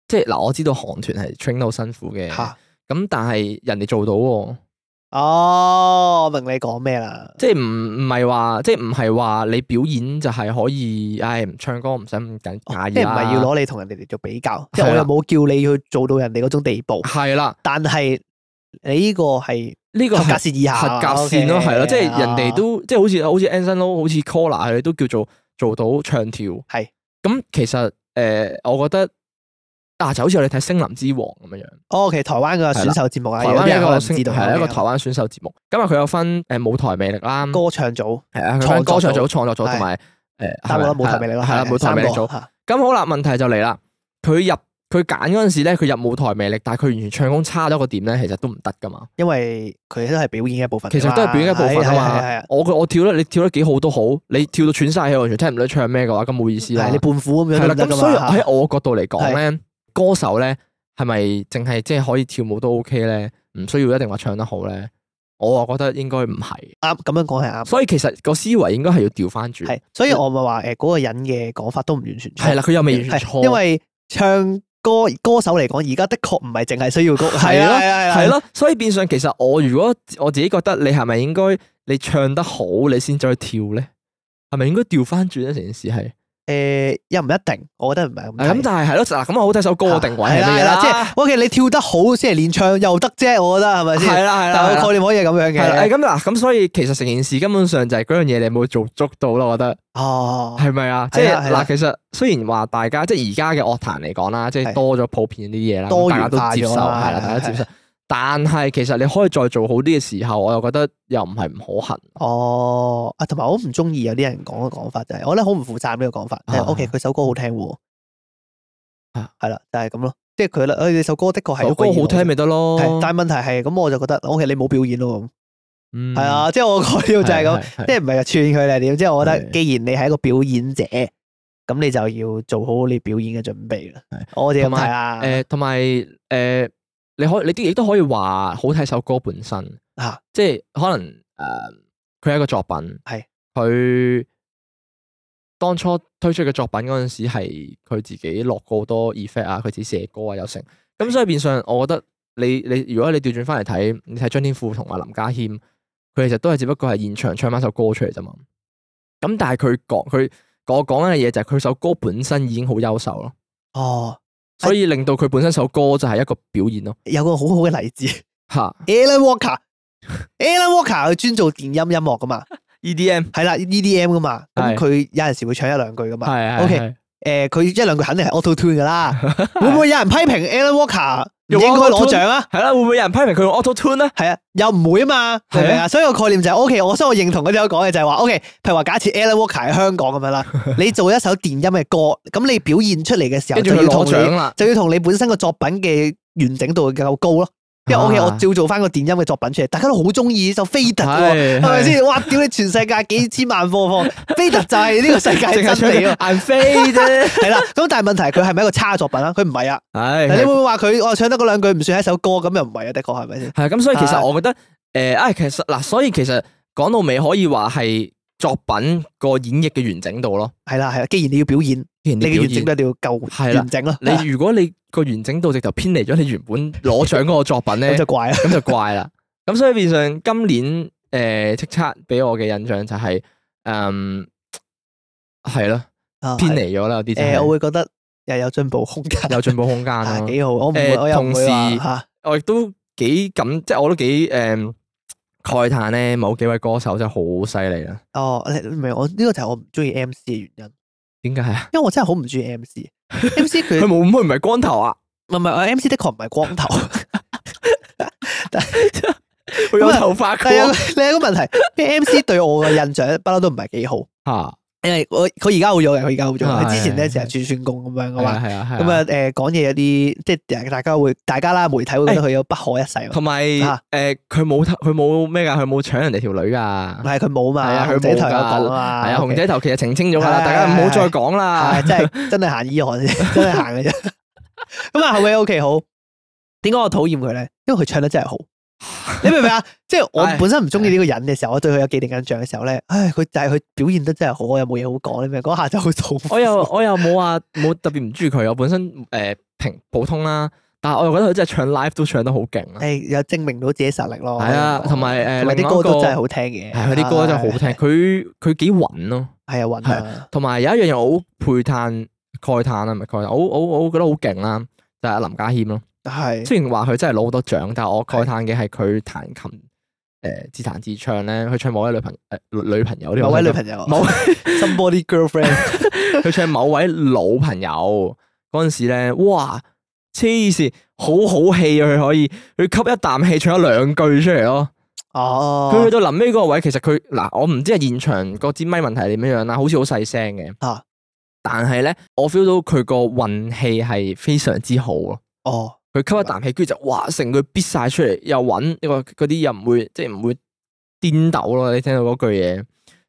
S1: 即係嗱？我知道韓團係 train 到辛苦嘅，咁、
S2: 啊嚇
S1: 但係人哋做到喎、
S2: 哦，我明你講咩啦。
S1: 即係唔唔係話，即係唔係話你表演就係可以，唉唔唱歌唔使咁緊啊
S2: 哦
S1: 介
S2: 即
S1: 意
S2: 係唔
S1: 啦。
S2: 係要攞你同人哋嚟做比較，即係我
S1: 係啦
S2: 又冇叫你去做到人哋嗰種地步，
S1: 係啦，
S2: 但係你呢個係
S1: 呢個
S2: 合格
S1: 係
S2: 線以下，
S1: 合格線咯，
S2: OK，
S1: 係咯，即係人哋
S2: 啊
S1: 都即係好似好似 Anson Lo 好似 Cola 佢哋都叫做做到唱跳。
S2: 係
S1: 咁，其實誒，我覺得啊，就好似我哋睇《星林之王》咁樣樣。
S2: 哦，其實台灣嘅
S1: 係啦
S2: 選秀節目啊，
S1: 台
S2: 有啲
S1: 灣
S2: 人
S1: 一
S2: 可
S1: 個
S2: 能
S1: 星
S2: 唔知道啊
S1: 係啦一個
S2: OK，
S1: 台灣選秀節目，咁啊佢有分誒舞台魅力啦，
S2: 歌唱組，
S1: 係啊，佢
S2: 創
S1: 分歌
S2: 作
S1: 唱
S2: 組
S1: 組、創作組
S2: 係
S1: 同埋誒
S2: 但我覺得舞台魅力咯，
S1: 係啦，啊
S2: 係啊
S1: 舞台
S2: 三
S1: 魅力
S2: 個
S1: 組。
S2: 嚇
S1: 咁好啦，問題就嚟啦，佢入佢揀嗰陣時咧，佢入舞台魅力，但係佢完全唱功差咗個點咧，其實都唔得噶嘛。
S2: 因為佢都係表演嘅一部分
S1: 其
S2: 㗎嘛，
S1: 實都係表演一部分啊
S2: 係係係係
S1: 嘛。我覺我跳得你跳得幾好都好，你跳到喘晒氣，完全聽唔到你唱咩嘅話，咁冇意思啦
S2: 係。你伴虎咁
S1: 係
S2: 樣都
S1: 啦，
S2: 唔得
S1: 咁
S2: 㗎
S1: 所以
S2: 嘛嚇
S1: 喺我角度嚟講咧，歌手咧係咪淨係即係可以跳舞都 OK 咧？唔需要一定話唱得好咧？我啊覺得應該唔係。
S2: 啱咁樣講係啱，
S1: 所以其實個思維應該係要調翻轉。
S2: 係所以我咪話誒嗰個人嘅講法都唔完全
S1: 嗯
S2: 錯
S1: 係啦，佢又未完全
S2: 係
S1: 錯。
S2: 因為唱歌歌手嚟講，而家的確唔係淨係需要歌，
S1: 係啊
S2: 係
S1: 係，咯，所以變相其實我如果我自己覺得你係咪應該你唱得好你先再跳咧？係咪應該調翻轉咧？成件事係
S2: 誒又唔一定，我覺得唔係咁
S1: 咁，但
S2: 睇。
S1: 係係咯，嗱咁啊好睇首歌嘅定位係
S2: 係啦
S1: 咩
S2: 係
S1: 啦？
S2: 啦，即係 OK，你跳得好先係練唱又得啫，我覺得係咪
S1: 係
S2: 先？
S1: 啦係啦
S2: 但係
S1: 係啦
S2: 我概念可以係咁樣
S1: 係啦，誒
S2: 嘅。
S1: 咁嗱，咁所以其實成件事根本上就係嗰樣嘢你冇做足到咯，我覺得
S2: 哦，
S1: 係咪啊？即
S2: 係
S1: 係
S2: 啦係啦
S1: 嗱，其實雖然話大家即係而家嘅樂壇嚟講啦，即係
S2: 係
S1: 多咗普遍呢啲嘢啦，
S2: 多
S1: 咁
S2: 元
S1: 大家都
S2: 化咗
S1: 接受
S2: 啦
S1: 係啦，
S2: 係
S1: 大家
S2: 係
S1: 接受。但係其實你可以再做好啲嘅時候，我又覺得又唔係唔可行。
S2: 哦，啊，同埋我好唔中意有啲人講嘅講法就係，我覺得好唔負責任呢個講法。
S1: 啊
S2: OK，佢首歌好聽喎，
S1: 啊
S2: 係啦，就係咁咯。即係佢啦，哎誒，你首歌的確係
S1: 首歌好聽咪得咯，
S2: 係但係問題係咁，我就覺得 OK，你冇表演咯，
S1: 嗯
S2: 係，啊，即係我概念就係咁。
S1: 咁
S2: 即係唔係話串佢啦點？即係我覺得，
S1: 係
S2: 既然你係一個表演者，咁你就要做好你表演嘅準備啦。我哋咁睇啦，
S1: 誒，同埋誒，你可你啲亦都可以話好睇首歌本身
S2: 啊，
S1: 即係可能誒，佢係一個作品，
S2: 係
S1: 佢當初推出嘅作品嗰陣時係佢自己落過好多 effect 啊，佢自己寫歌啊有成，咁所以變相我覺得你你如果你調轉翻嚟睇，你睇張天賦同埋林家謙，佢其實都係只不過係現場唱翻首歌出嚟啫嘛，咁但係佢講佢我講緊嘅嘢就係佢首歌本身已經好優秀咯。
S2: 哦，
S1: 所以令到佢本身首歌就係一個表演咯。
S2: 有個好好嘅例子
S1: 吓
S2: ，Alan Walker，Alan Walker 佢專做電音音樂噶嘛，
S1: ，EDM
S2: 係啦，E EDM 噶嘛，咁
S1: 係
S2: 佢有陣時會唱一兩句噶嘛。
S1: 係
S2: OK
S1: 係
S2: 誒，佢一兩句肯定係 Auto Tune 噶啦， 會唔會有人批評 Alan Walker 唔應該攞獎啊？
S1: 係啦，會唔會有人批評佢用 Auto Tune 咧？
S2: 係啊，又唔會啊嘛，係咪
S1: 係
S2: 啊？所以個概念就係 O K，我所以我認同嗰啲有講嘅就係話 O K，譬如話假設 Alan Walker 喺香港咁 樣啦，你做一首電音嘅歌，咁你表現出嚟嘅時候
S1: 跟
S2: 就
S1: 住
S2: 要
S1: 佢攞
S2: 同你
S1: 獎啦。
S2: 就要同你本身個作品嘅完整度夠高咯。因為 O K，
S1: 啊
S2: 我照做翻個電音嘅作品出嚟，大家都好中意呢首《飛特》喎，
S1: 係
S2: 係咪？先？哇！屌你全世界幾千萬播放，《 飛特》就係呢個世
S1: 係
S2: 界
S1: 淨係
S2: 真
S1: 唱
S2: 理咯。
S1: 眼飛 啫。
S2: 係啦，咁但係問題佢係咪一個差作品啊？佢唔係啊。
S1: 係
S2: 嗱，你會
S1: 係
S2: 唔會話佢我唱得嗰兩句唔算係一首歌咁？又唔係啊，的確係咪先？
S1: 係咁，所以其
S2: 係
S1: 實我覺得诶，啊，其實嗱，所以其實講到尾可以話係作品個演繹嘅完整度咯。
S2: 係啦係啦，既然你要表演。
S1: 既然
S2: 你嘅
S1: 表
S2: 完整
S1: 演
S2: 度啊一定要夠
S1: 係啦
S2: 完整咯。
S1: 你如果你個完整度直頭偏離咗你原本攞獎嗰個作 品
S2: 咁
S1: 咧
S2: 就，怪啦。
S1: 咁就怪 啦。咁所以變相今年誒叱咤俾我嘅印象就係、誒係咯
S2: 啊
S1: 偏離咗啦有啲就係
S2: 誒，我會覺得又有進步 空間，
S1: 有進步空間
S2: 啊
S1: 咯。
S2: 幾好。我唔會
S1: 誒
S2: 我又唔會
S1: 同時
S2: 話
S1: 我亦都幾感，即係我都幾誒慨嘆咧，某幾位歌手真係好犀利啊啦。
S2: 嚇哦，你唔係我呢個就係我唔中意 MC 嘅原因，
S1: 點解啊？
S2: 因為我真係好唔中意 MC。MC
S1: 佢
S2: 佢
S1: 冇佢唔係光頭啊，
S2: 唔係唔係 MC 的確唔係光頭，
S1: 佢有頭髮
S2: 啊 但係有
S1: 㗎
S2: 個你有一個問題，因為 MC 對我嘅印象不嬲都唔係幾好，
S1: 嚇。
S2: 因為我佢而家好咗嘅，佢而家好
S1: 啊
S2: 咗。佢之前咧
S1: 係
S2: 成日轉轉工咁樣嘅
S1: 係
S2: 話
S1: 啊。係啊係啊。
S2: 咁啊，誒講嘢有啲即係大家會，大家啦媒體會覺得佢有不可一世喎，
S1: 同埋誒
S2: 啊，
S1: 佢冇佢冇咩㗎，佢冇搶人哋條女㗎。
S2: 但係佢冇嘛，
S1: 係啊佢
S2: 紅仔
S1: 冇
S2: 頭有
S1: 㗎
S2: 講啊嘛，
S1: 係啊，
S2: OK
S1: 紅仔頭其實澄清咗㗎啦，
S2: 係
S1: 大家唔好
S2: 係
S1: 再講啦
S2: 係。啊真係真係行醫行啫， 真係行嘅啫。咁啊，後尾 OK 好，點解我討厭佢咧？因為佢唱得真係好， 你明唔明啊？即係我
S1: 唉
S2: 本身唔中意呢個人嘅時候，我對佢有既定印象嘅時候咧，唉，佢就係佢表現得真係好，我又冇嘢好講，你明唔明？嗰下就好痛苦。
S1: 我又 我又冇話冇特別唔中意佢，我本身誒、呃平普通啦，但係我又覺得佢真係唱 live 都唱得好勁啊！
S2: 誒有證明到自己實力咯。
S1: 係啊
S2: 我覺得
S1: 同埋誒
S2: 哎哦同埋
S1: 另
S2: 啲
S1: 外一
S2: 歌
S1: 個
S2: 都真係好聽啊嘅，
S1: 係啊佢啲歌真係好聽，佢佢幾穩咯，
S2: 係啊，揾啊，
S1: 同埋有一樣嘢我好佩嘆慨嘆啊，唔係慨嘆，我我我覺得好勁啦，就係、林家謙咯。
S2: 係
S1: 雖然話佢真係攞好多獎，但係我慨嘆嘅係佢彈琴誒、呃自彈自唱咧，佢唱某位女朋誒、呃女女朋友呢個
S2: 某位女
S1: 我想講
S2: 朋友啊，
S1: 某
S2: somebody girlfriend
S1: 佢唱某位老朋友嗰陣時咧，哇！黐線，好好戲啊！佢可以，佢吸一啖氣唱咗兩句出嚟咯。
S2: 哦，
S1: 佢去到臨尾嗰個位，其實佢嗱，我唔知係現場個支咪問題係點樣樣啦，好似好細聲嘅。
S2: 啊
S1: 但係咧，我 feel 到佢個運氣係非常之好啊咯。
S2: 哦，
S1: 佢吸一啖氣，跟住就哇，成句逼晒出嚟，又穩呢個嗰啲又唔會即係唔會顛抖咯。你聽到嗰句嘢，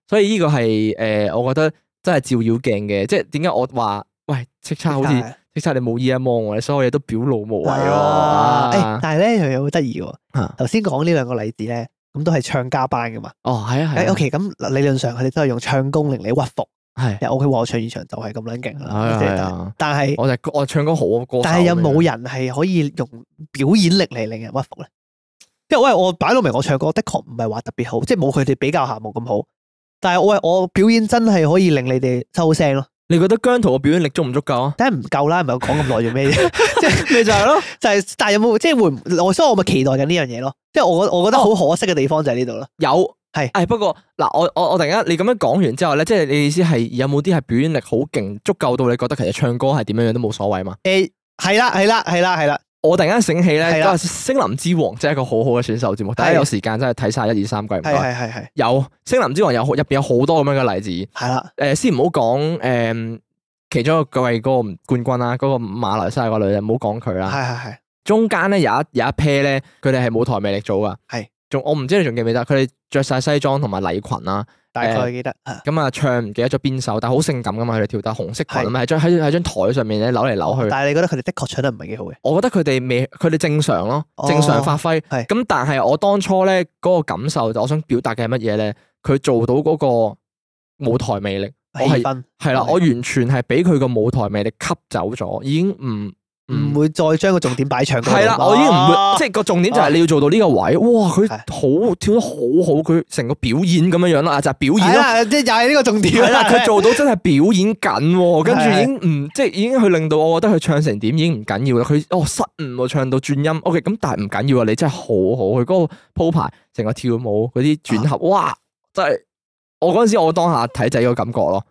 S1: 所以呢個係誒、呃我覺得真係照妖鏡嘅。即係點解我話喂，叱咤好似叱咤你冇依一望喎，你所有嘢都表露無遺喎。
S2: 啊誒
S1: 啊，
S2: 但係咧樣嘢好得意喎。
S1: 啊
S2: 頭先講呢兩個例子咧，咁都係唱家班噶嘛。
S1: 哦，係啊，係
S2: 誒
S1: 啊，
S2: ，OK，咁理論上佢哋都係用唱功令你屈服。
S1: 係
S2: 誒，我嘅和唱現場就係咁撚勁
S1: 係
S2: 啦
S1: 啊，
S2: 即
S1: 係
S2: 係
S1: 啊。
S2: 但係
S1: 我就係歌我唱歌好啊，歌手
S2: 但係有冇
S1: 咁
S2: 人係可以用表演力嚟令人屈服咧？因為喂，我擺到明我唱歌的確唔係話特別好，即係冇佢哋比較下冇咁好。但係我我表演真係可以令你哋收聲咯，？
S1: 樣？你覺得姜濤嘅表演力足唔足夠啊
S2: 但係唔夠啦，唔係我講咁耐做咩啫？
S1: 咪就係咯，
S2: 就係、但係有冇即係會唔我所以我咪期待緊呢樣嘢咯。即係我覺我
S1: 哦
S2: 覺得好可惜嘅地方就係呢度咯。
S1: 有
S2: 係
S1: 誒不過嗱，我我我突然間你咁樣講完之後咧，即係你意思係有冇啲係表演力好勁，足夠到你覺得其實唱歌係點樣樣都冇所謂嘛？
S2: 誒，係啦，係啦，係啦，係啦，
S1: 我突然間醒起咧，
S2: 係
S1: 嗰
S2: 啦
S1: 陣時《星林之王》真係一個好好嘅選秀節目，大家
S2: 係
S1: 有時間真係睇晒一二三季唔
S2: 係
S1: 該。
S2: 係係係，
S1: 有《星林之王》有好入邊有好多咁樣嘅例子。
S2: 係啦，
S1: 誒，先唔好講誒其中一個季嗰個冠軍啦，嗰個馬來西亞個女人，唔好講佢啦。
S2: 係係係，
S1: 中間咧有一有一 pair 咧，佢哋係冇台魅力組噶，
S2: 係
S1: 仲我唔知你仲記唔記得，佢哋着晒西裝同埋禮裙啦，
S2: 大概記得啊。
S1: 咁啊唱唔記得咗邊首，但係好性感噶嘛，佢哋跳得紅色裙啊
S2: 係
S1: 嘛，喺張喺喺張台上面咧扭嚟扭去，
S2: 但係你覺得佢哋的確唱得唔係幾好嘅，
S1: 我覺得佢哋未佢哋正常咯，
S2: 哦
S1: 正常發揮，
S2: 係
S1: 咁但係我當初咧嗰個感受就我想表達嘅係乜嘢咧？佢做到嗰個舞台魅力，我係
S2: 氣氛
S1: 係啦，
S2: 係
S1: 我完全係俾佢個舞台魅力吸走咗，已經唔唔
S2: 唔會再將個重點擺唱歌度。
S1: 嗯係啦，我已經唔
S2: 啊
S1: 會，即係個重點就係你要做到呢個位。哇，佢
S2: 係
S1: 好跳得好好，佢成個表演咁樣樣啦，啊就係表演
S2: 係
S1: 咯。
S2: 啦，即係又係呢個重點
S1: 係啦，
S2: 啦。
S1: 佢 做到真係表演緊喎，跟住
S2: 係係
S1: 已經唔即係已經去令到我覺得佢唱成點已經唔緊要啦。佢哦失誤喎，唱到轉音，OK 咁，但係唔緊要啊，你真係好好，佢嗰個鋪排，成個跳舞嗰啲轉合，哇！真係我嗰陣時我當下睇仔個感覺咯，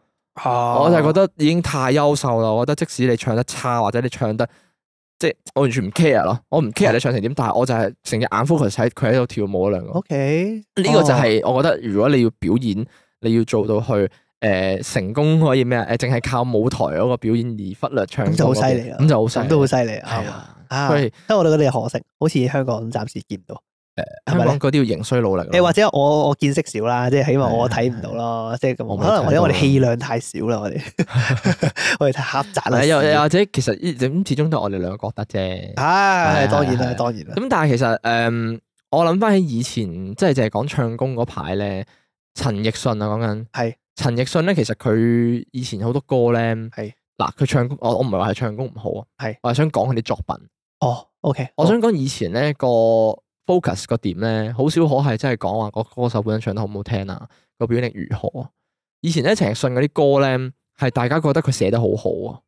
S1: 我
S2: 我
S1: 就係覺得已經太優秀啦。我覺得即使你唱得差或者你唱得即係我完全唔 care 咯，我唔 care 你唱成點，但係我就係成隻眼 focus 喺佢喺度跳舞嗰兩個。
S2: OK，
S1: 呢個就
S2: 哦
S1: 係我覺得，如果你要表演，你要做到去誒、呃成功可以咩啊？誒，淨係靠舞台嗰個表演而忽略唱歌
S2: 咁就好
S1: 嗰邊
S2: 犀利啦
S1: 咁就好犀
S2: 咁
S1: 利，
S2: 都好犀利
S1: 係
S2: 啊！
S1: 啊！
S2: 啊
S1: 所以
S2: 所以我哋覺得可惜，好似香港暫時見唔到。係
S1: 香
S2: 咪咧
S1: 港嗰啲要仍需努力咯。
S2: 誒或者我我見識少啦，即係起
S1: 啊
S2: 碼我睇唔到咯，即係
S1: 我
S2: 咁。
S1: 啊冇
S2: 可能或
S1: 睇到
S2: 者我哋
S1: 啊
S2: 氣量太少啦，我哋我哋 太狹窄啦。
S1: 啊又又或者其實呢咁始終都係我哋兩個覺得啫。
S2: 啊，
S1: 係
S2: 當然
S1: 係
S2: 啦，
S1: 係
S2: 當然啦。
S1: 咁但係其實誒、嗯我諗翻起以前即係淨係講唱功嗰排咧，陳奕迅啊講緊
S2: 係
S1: 陳奕迅咧，其實佢以前好多歌咧
S2: 係
S1: 嗱，佢唱功我我唔係話佢唱功唔好啊，
S2: 係
S1: 我係想講佢啲作品。
S2: 哦，OK，
S1: 我想講以前咧個 focus 個點咧，好少可係真係講話個歌手本身唱得好唔好聽啊，個表演力如何啊。以前咧陳奕迅嗰啲歌咧，係大家覺得佢寫得好好啊，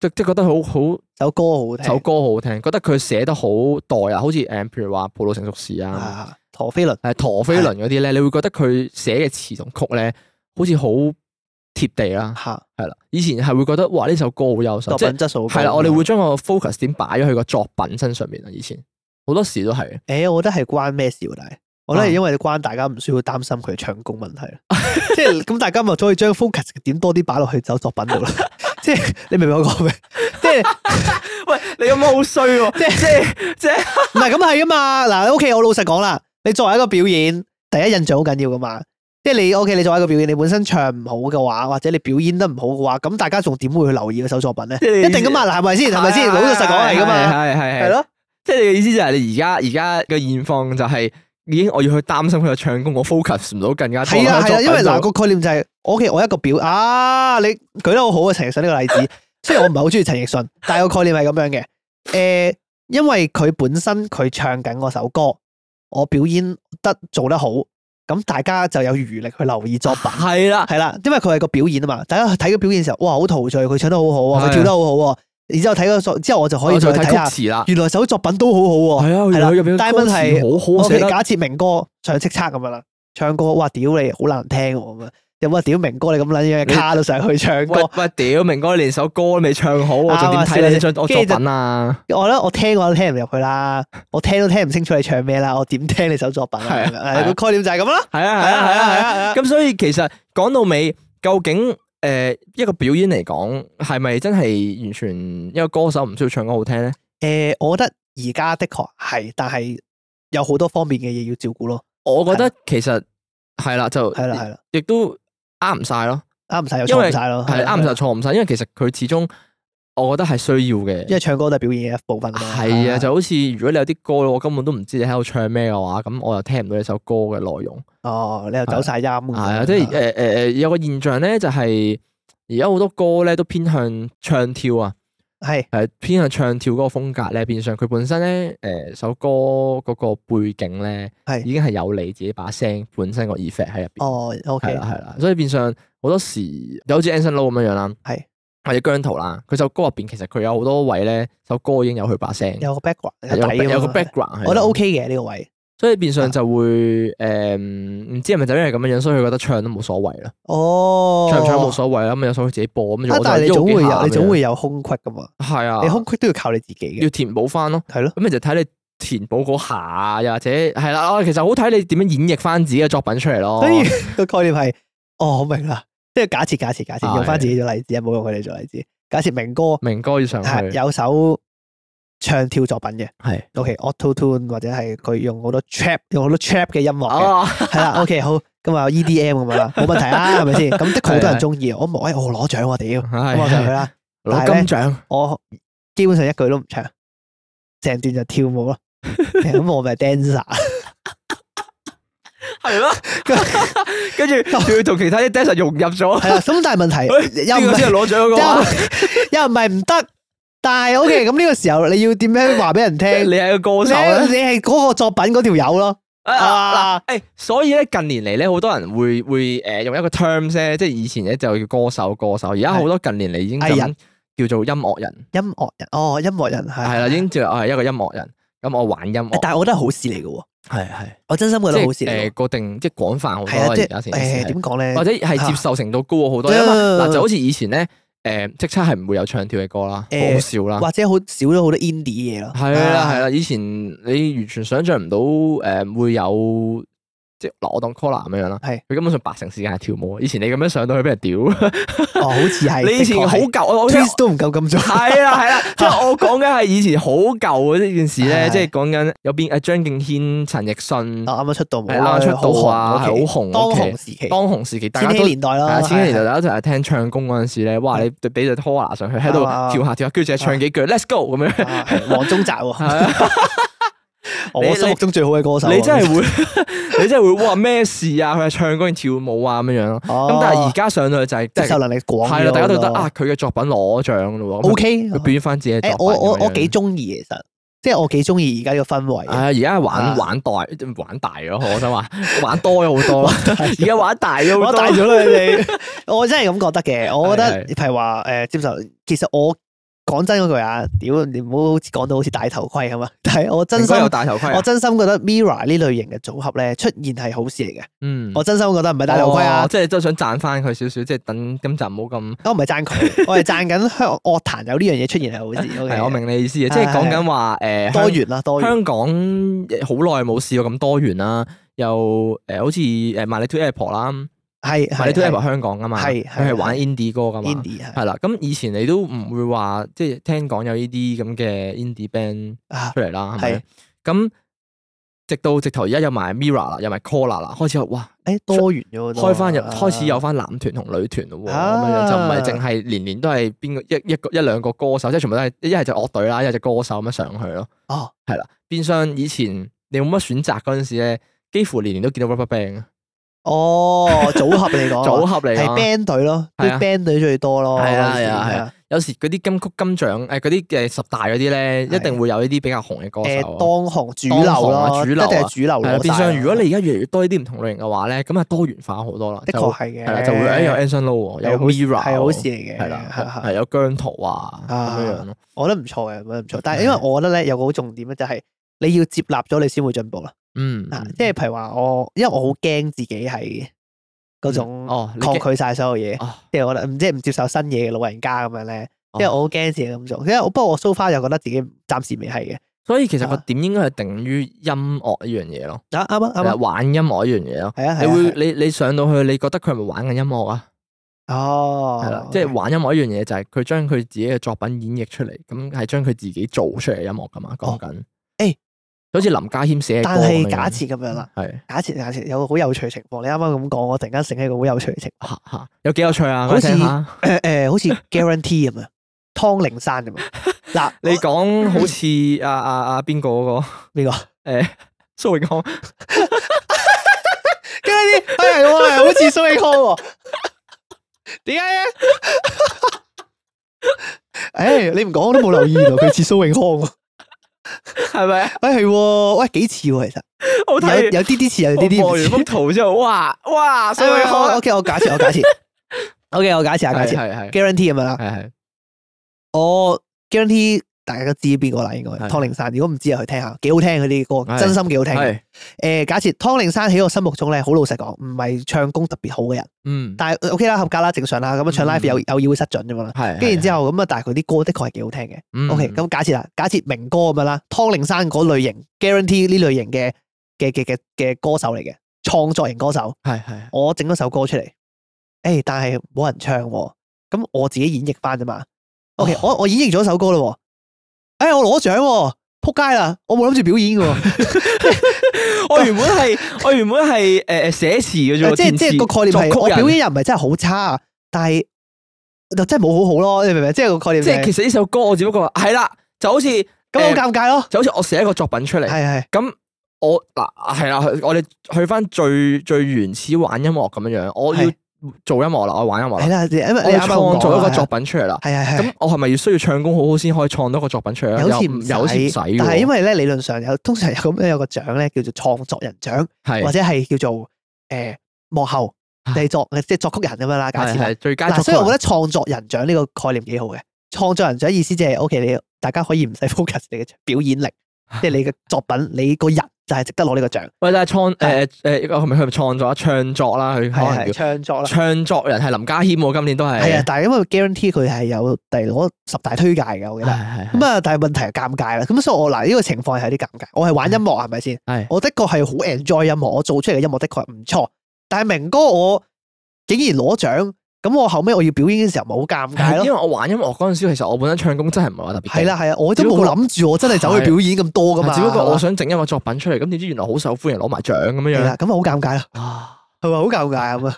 S1: 即即覺得好好
S2: 首歌好聽，
S1: 首歌好好聽，覺得佢寫得好代啊，好似誒譬如話《葡萄成熟時》啊，
S2: 啊，陀飛輪
S1: 誒陀飛輪嗰啲咧，你會覺得佢寫嘅詞同曲咧，好似好貼地啦，
S2: 嚇，
S1: 係啦。以前係會覺得哇呢首歌好優秀，
S2: 作
S1: 哦即
S2: 品
S1: 係
S2: 質素好高
S1: 係啦，我哋會將個 focus 點擺咗去個作品身上面啊。以前好多時都係，
S2: 誒、我覺得係關咩事喎？但係我覺得
S1: 啊
S2: 係因為關大家唔需要擔心佢唱功問題啦， 即係咁大家咪可以將 focus 嘅點多啲擺落去首作品度啦。 即係你明唔明我講咩？即係
S1: 喂你咁好衰喎，即係即係
S2: 唔係咁係啊嘛？嗱，OK，我老實講啦，你作為一個表演，第一印象好緊要噶嘛。即係你 OK，你作為一個表演，你本身唱唔好嘅話，或者你表演得唔好嘅話，咁大家仲點會去留意嗰首作品咧？
S1: 即 係你
S2: 一定噶嘛？嗱，係咪先？係咪先？老實講係噶嘛？
S1: 係啊係
S2: 係咯。
S1: 即係你嘅意思就係你而家而家嘅現況就係已經我要去擔心佢嘅唱功，我 focus 唔到更加多
S2: 係啊
S1: 喺
S2: 係
S1: 作
S2: 啊，
S1: 品
S2: 因為嗱
S1: 度
S2: 個概念就係我嘅我一個表啊，你舉得好好啊，陳奕迅呢個例 子。雖然我唔係好中意陳奕迅，但係個概念係咁樣嘅。誒、因為佢本身佢唱緊嗰首歌，我表演得做得好，咁大家就有餘力去留意 作品。
S1: 係啦，
S2: 係啦，因為佢係個表演啊嘛，大家睇個表演嘅時候，哇，好陶醉，佢唱得好好啊，
S1: 係啊
S2: 佢跳得好好喎。然之後睇個作之後，我就可以
S1: 我
S2: 再
S1: 就
S2: 睇
S1: 睇
S2: 下，
S1: 曲詞啦。
S2: 原來首作品都好好喎。
S1: 係啊，
S2: 係
S1: 原
S2: 啦
S1: 來入邊
S2: 但係
S1: 歌
S2: 問題
S1: 詞好好
S2: 我
S1: 寫
S2: 哋
S1: 得，
S2: 假設明哥上叱咤咁樣啦，唱歌哇屌你好難聽喎咁啊，有冇話屌明哥你咁撚
S1: 你
S2: 樣卡到上去唱歌
S1: 喂？喂屌，明哥你連首歌都未唱好，我仲
S2: 啱啊
S1: 點睇你張我
S2: 跟住
S1: 作
S2: 就
S1: 品啊？
S2: 我覺得我聽我都聽唔入去啦，我聽都聽唔清楚你唱咩啦，我點聽你首作品
S1: 係啊
S2: 啊？
S1: 係啊
S2: 係個概念就係咁啦。
S1: 係啊係啊係啊係啊！
S2: 啊，
S1: 咁所以其實講到尾，究竟誒一個表演嚟講，係咪真係完全一個歌手唔需要唱歌好聽咧？
S2: 誒，我覺得而家的確係，但係有好多方面嘅嘢要照顧咯。
S1: 我覺得其實係啦，就
S2: 係啦係啦，
S1: 亦都啱唔晒咯。
S2: 啱唔晒又
S1: 因為
S2: 錯唔晒咯，
S1: 係啱就。
S2: 晒
S1: 錯唔晒，因為其實佢始終，我覺得係需要
S2: 因
S1: 嘅。
S2: 為唱歌都係表演嘅一部分啦。
S1: 係啊，就好似如果你有啲歌我根本都唔知你喺度唱咩嘅話，咁我又聽唔到你首歌嘅內容。
S2: 哦，你又走晒音咁樣。
S1: 係啊，即係誒誒誒，有個現象咧，就係而家好多歌咧都偏向唱跳啊，
S2: 係
S1: 誒偏向唱跳嗰個風格咧，變相佢本身咧誒首歌嗰個背景咧，
S2: 係
S1: 已經係有你自己把聲本身個 effect 喺入邊。
S2: 哦
S1: 係
S2: ，OK，
S1: 啦係啦，所以變相好多時就好似 Anson Lo 咁樣樣啦，
S2: 係
S1: 或者姜濤啦，佢首歌入邊其實佢有好多位咧，首歌已經有佢把聲，
S2: 有個 background，
S1: 係
S2: 有
S1: 有
S2: 個底
S1: 個
S2: 啊嘛
S1: 有個 background，係
S2: 我覺得
S1: 啦
S2: OK 嘅呢個位。
S1: 所以變相就會誒唔知係咪就因為咁樣樣，所以佢覺得唱都冇所謂啦，
S2: 哦，
S1: 唱唔唱冇所謂啦，咁有首佢自己播咁，
S2: 啊
S1: 我
S2: 但係你
S1: 就
S2: 總
S1: 喐
S2: 會
S1: 幾下
S2: 有，你
S1: 咁
S2: 總
S1: 樣
S2: 會有空隙噶嘛。
S1: 係啊，
S2: 你空隙都要靠你自己嘅
S1: 要，填補翻咯，
S2: 係咯。
S1: 咁你就睇你填補嗰下，又或者係啦，啊其實好睇你點樣演繹翻自己嘅作品出嚟咯，
S2: 所以 個概念係，哦，我明啦。即係假設，假設，假設，
S1: 啊係
S2: 用翻自己做例子，啊冇用佢哋做例子。假設明哥
S1: 明哥要上去
S2: 係有首唱跳作品嘅
S1: 係
S2: ，OK auto tune 或者係佢用好多 trap 用好多 trap 嘅音樂嘅。
S1: 啊
S2: 係啦，OK，好，咁啊 EDM 咁樣啦，冇問題啊啦，係咪先？咁的確好多
S1: 係
S2: 人
S1: 係
S2: 中意，我冇，哎，我攞獎我屌，咁我上去
S1: 係
S2: 啦，但係
S1: 攞
S2: 咧
S1: 金獎。
S2: 我基本上一句都唔唱，成段就跳舞 咯，咁我咪 dancer，
S1: 系咯，跟住仲要同其他啲 dancer 融入咗，
S2: 係啦，咁但係問題又
S1: 呢
S2: 唔
S1: 個先係
S2: 係
S1: 攞獎嗰個啊。
S2: 又又唔係唔得，但係 OK，咁呢個時候你要點樣話俾人聽？
S1: 你係個歌
S2: 你
S1: 手咧
S2: 你係嗰個作品嗰條友咯，
S1: 啊
S2: 啊
S1: 嗱，誒，所以咧近年嚟咧，好多人會會誒用一個 terms 咧，即係以前咧就叫歌手歌手，而家好多近年嚟已經就
S2: 藝
S1: 咁
S2: 人
S1: 叫做音樂人，
S2: 音樂人，哦，音樂人係
S1: 係啦，已經叫我係一個音樂人，咁我玩音樂，
S2: 但係我覺得係好事嚟嘅喎，
S1: 係係，
S2: 我真心覺
S1: 即
S2: 得好事嚟
S1: 係誒
S2: 嘅
S1: 個定即係廣泛好
S2: 喎，
S1: 多
S2: 係
S1: 啦
S2: 啊，即
S1: 而
S2: 係
S1: 家成件
S2: 誒
S1: 事係
S2: 點講咧
S1: 或？者係接受程度高好多，因為
S2: 啊
S1: 嗱就好似以前咧誒即差係唔會有唱跳嘅歌啦，
S2: 誒
S1: 好少啦。
S2: 或者好少咗好多 indie 嘢咯。
S1: 啊係啦
S2: 啊
S1: 係，啦，以前你完全想象唔到誒、會有即係嗱，我當 Cola 咁樣啦，
S2: 係
S1: 佢根本上八成時間係跳舞。以前你咁樣上到去俾人屌，
S2: 哦，好似 係。
S1: 你以前好舊，啊我我
S2: twist 都唔夠咁做。
S1: 係啦係 啦，即係我講緊係以前好舊嘅呢件事咧，
S2: 係
S1: 即係講緊有邊誒張敬軒、陳奕迅
S2: 啊，啱啱出道冇
S1: 係啦，出道啊，係
S2: 好紅嗰期，
S1: 好紅
S2: 當
S1: 嗰期
S2: 紅時期，
S1: 當紅時期，大家
S2: 千禧
S1: 都。
S2: 年代
S1: 係
S2: 啦
S1: 啊，，千禧年代
S2: 係嗯
S1: 大家就係聽唱功嗰陣時咧，哇！你俾隻 Cola 上去喺度
S2: 啊
S1: 跳下跳下，跟住淨係唱幾句 Let's go 咁樣
S2: 係啊係黃宗 澤
S1: 係
S2: 喎，
S1: 啊。
S2: 我心目中最好嘅歌手。啊
S1: 你真係 會，你真係會哇咩事啊？佢係唱歌定跳舞啊咁樣樣咯。
S2: 哦，
S1: 咁但係而家上到去就係即
S2: 接受
S1: 係
S2: 能力廣
S1: 係啦，大家都覺得
S2: 好多
S1: 啊，佢嘅作品攞獎咯喎。咁啊
S2: O K。
S1: 佢佢表演翻自己嘅作
S2: 誒，
S1: 品
S2: 我我
S1: 咁樣
S2: 我幾中意其實，即係我幾中意而家呢個氛圍
S1: 啊！
S2: 嘅。
S1: 而家
S2: 啊
S1: 玩玩大玩大咗，我想話玩多咗好 多。而家玩大咗好
S2: 我
S1: 多
S2: 大。 咗啦你，我真係咁覺得嘅。我覺得
S1: 係
S2: 譬如話誒接受，其實我講真嗰句啊，屌你唔好好似講到好似戴頭盔咁啊！ 但係我真心
S1: 應該有戴頭盔啊
S2: 我真心覺得 Mira 呢類型嘅組合咧出現係好事嚟嘅，
S1: 嗯，
S2: 我真心覺得唔係戴頭盔啊
S1: 哦，即係都想讚翻佢少少，即係等今集唔好咁。
S2: 我唔係 讚佢，我係讚緊香港樂壇有呢樣嘢出現係啊好事。OK
S1: 係，我明你意思嘅，
S2: 係
S1: 即係講緊話誒
S2: 多元啦，多元
S1: 香港好耐冇試過咁多元啦，又誒好似誒 My Little Airport 啦，My
S2: 係係
S1: Little Airport
S2: 係
S1: 香港噶嘛，
S2: 係
S1: 佢
S2: 係
S1: 係玩 indie 歌噶嘛，
S2: indie 啊係
S1: 係啦。咁以前你都唔會話即係聽講有呢啲咁嘅 indie band
S2: 啊
S1: 出嚟啦，係
S2: 係
S1: 咪？咁直到直頭而家有埋 Mirror 啦，有埋 Collar 啦，開始哇
S2: 誒哎多元咗好多
S1: 開翻入
S2: 啊
S1: 開始有翻男團同女團咯喎，咁樣樣
S2: 啊
S1: 就唔係淨係年年都係邊個一一個一兩個歌手，即係全部都係一係就樂隊啦，一係就歌手咁樣上去咯。
S2: 哦
S1: 係啦，變相以前你冇乜選擇嗰陣時咧，幾乎年年都見到 RubberBand 啊
S2: 哦組合嚟
S1: 組
S2: 講啊，
S1: 合嚟
S2: 係
S1: 㗎。
S2: band 隊咯，
S1: 係
S2: 啲
S1: 啊
S2: band 隊最多咯，
S1: 係啊
S2: 嗰時
S1: 係啊係啊。有時嗰啲金曲金獎誒嗰啲誒十大嗰啲咧，
S2: 係
S1: 一定會有呢啲比較紅嘅歌
S2: 啊誒
S1: 手。啊
S2: 當紅主
S1: 當
S2: 流
S1: 紅啊
S2: 咯，
S1: 主
S2: 一定
S1: 流啊
S2: 係主流
S1: 係啦，
S2: 攞
S1: 變
S2: 晒
S1: 相
S2: 啦
S1: 如果你而家越嚟越多呢啲唔同類型嘅話咧，咁啊多元化好多啦。
S2: 的
S1: 就
S2: 確係嘅，
S1: 係啦，就會誒有 Anson Lo 有 Mira
S2: 係好事嚟嘅，
S1: 係啦，
S2: 係係
S1: 係有姜濤啊
S2: 啊
S1: 咁樣樣咯。
S2: 我覺得唔錯嘅，我覺得唔錯。但係因為我覺得咧有個好重點咧，就係你要接納咗你先會進步啦。
S1: 嗯，
S2: 啊
S1: 嗯
S2: 即係譬如話我，因為我好驚自己係嗰
S1: 嗯
S2: 種
S1: 哦，你
S2: 抗
S1: 驚
S2: 拒晒所有嘢，
S1: 啊，
S2: 即係我覺得唔即係唔接受新嘢嘅老人家咁樣咧。
S1: 哦
S2: 因為我好驚自己咁做，因為我不過我 so far 又覺得自己暫時未係嘅。
S1: 所以其實個
S2: 啊
S1: 點應該係定於音樂呢樣嘢咯，
S2: 啊啱啊啱
S1: 係
S2: 啊，
S1: 玩音樂呢樣嘢咯。
S2: 係啊
S1: 你
S2: 係啊
S1: 會你你上到去，你覺得佢係咪玩緊音樂啊？
S2: 係啊，哦，
S1: 係啦，即係玩音樂呢樣嘢就係佢將佢自己嘅作品演繹出嚟，咁係將佢自己做出嚟嘅音樂噶嘛。講緊
S2: 哦誒
S1: 好似林家謙寫嘅歌
S2: 但
S1: 咁樣嗯
S2: 係假設啊咁樣啦，
S1: 係
S2: 假設假設有個好有趣嘅情況，你啱啱咁講，我突然間醒起一個好有趣嘅情
S1: 嚇嚇有幾有趣啊！
S2: 好
S1: 我
S2: 似
S1: 聽下，
S2: 況，誒 誒，好似 guarantee 咁樣，湯靈山咁樣。啊嗱，
S1: 你講好似啊啊啊邊個嗰
S2: 呢個？
S1: 個誒蘇永康
S2: 跟住啲係我係好似蘇永康喎，點解咧？誒，哎你唔講我都冇留意，原來佢似蘇永康喎。
S1: 係咪？
S2: 誒係喎，喂幾似喎，其實
S1: 我
S2: 有
S1: 睇
S2: 有啲啲似，有啲
S1: 我哦望完
S2: 啲唔
S1: 幅
S2: 似。
S1: 圖之後，哇哇蘇永康
S2: O K，我假設，我假 設，O K，我假設啊，假設
S1: 係係係
S2: guarantee 咁樣啦，
S1: 係。
S2: 我 guarantee 大家都知邊個啦，應該
S1: 係
S2: 湯靈山。如果唔知啊，去聽下，幾好聽佢啲歌，
S1: 係
S2: 真心幾好聽嘅。
S1: 係，
S2: 誒，假設湯靈山喺我心目中咧，好老實講，唔係唱功特別好嘅人。
S1: 嗯，
S2: 但係 OK 啦，合格啦，正常啦。咁樣唱
S1: 嗯
S2: live 有有要會失準啫嘛啦。
S1: 係。
S2: 跟住然之後咁啊，但係佢嗯啲歌的確係幾好聽嘅。
S1: 後
S2: OK，咁假設啦，假設明哥咁樣啦，湯靈山嗰類型，guarantee 呢類型嘅嘅嘅嘅嘅歌手嚟嘅，創作型歌手，
S1: 係係
S2: 我整咗首歌出嚟，誒，但係冇人唱喎，咁我自己演繹翻啫嘛。OK，我
S1: 哦
S2: 我演繹咗首歌啦喎，誒，我攞獎喎，撲街啦，我冇諗住表演嘅喎。
S1: 我原本係我原本係誒誒寫詞嘅啫喎，
S2: 即係
S1: 填
S2: 即係
S1: 詞
S2: 個概念係
S1: 作
S2: 我
S1: 曲人
S2: 表演又唔係真係好差，但係就真係冇好好咯，你明唔明？即係個概念
S1: 即係
S2: 係
S1: 其實呢首歌我只不過話係啦，就好似
S2: 咁好
S1: 誒
S2: 尷尬咯，
S1: 就好似我寫一個作品出嚟，
S2: 係係
S1: 咁我嗱係啦，我哋去翻最最原始玩音樂咁樣樣，我要
S2: 係
S1: 做音樂啦，我玩音樂
S2: 係
S1: 啦，
S2: 啦，你因為
S1: 我
S2: 你
S1: 要
S2: 啱啱
S1: 創
S2: 咁講
S1: 造一
S2: 啦
S1: 個作，品出嚟啦，
S2: 係係係係
S1: 咁我係咪要需要唱功好好先可以創到個作品出嚟咧？
S2: 有
S1: 又
S2: 時唔
S1: 唔有時唔使喎，
S2: 但係因為咧理論上有通常有咁樣有個獎咧叫做創作人獎，
S1: 係
S2: 或者係叫做誒幕後
S1: 啊
S2: 製作即係作曲人咁樣啦，假
S1: 係
S2: 設啦
S1: 係最佳
S2: 嗱，
S1: 作
S2: 所以我覺
S1: 曲
S2: 得創作人獎呢個概念幾好嘅。創作人獎意思即係 O.K. 你大家可以唔使 focus 你嘅 表演力，即係你嘅作品，你個人就係值得攞呢個獎。
S1: 喂，但係創誒誒，係咪佢係咪創作啊？唱作啦，佢可能
S2: 啊係係
S1: 叫
S2: 唱作啦，
S1: 唱作人係林家謙喎，今年都係
S2: 係啊，，但係因為 guarantee 佢係有第攞十大推介嘅，我
S1: 係
S2: 記得。
S1: 係
S2: 咁啊，但係問題係尷尬啦。咁所以我嗱呢個情況係有啲尷尬。我係玩音樂係咪先？
S1: 係
S2: 我的確係好 enjoy 音樂，我做出嚟嘅音樂的確係唔錯。但係明哥我竟然攞獎，咁我後尾我要表演嘅時候咪好
S1: 係
S2: 尷尬
S1: 因為
S2: 咯。
S1: 我玩音樂嗰陣時，其實我本身唱功真係唔係話特別勁
S2: 係啦，係啊，我都冇諗住我真係走去表演咁啊多噶嘛。
S1: 只不過我
S2: 係嘛
S1: 想整一個作品出嚟，咁點知原來好受歡迎，攞埋獎咁樣
S2: 係
S1: 樣
S2: 啦，咁咪好尷尬啦，
S1: 啊。
S2: 係咪好尷 尬咁啊？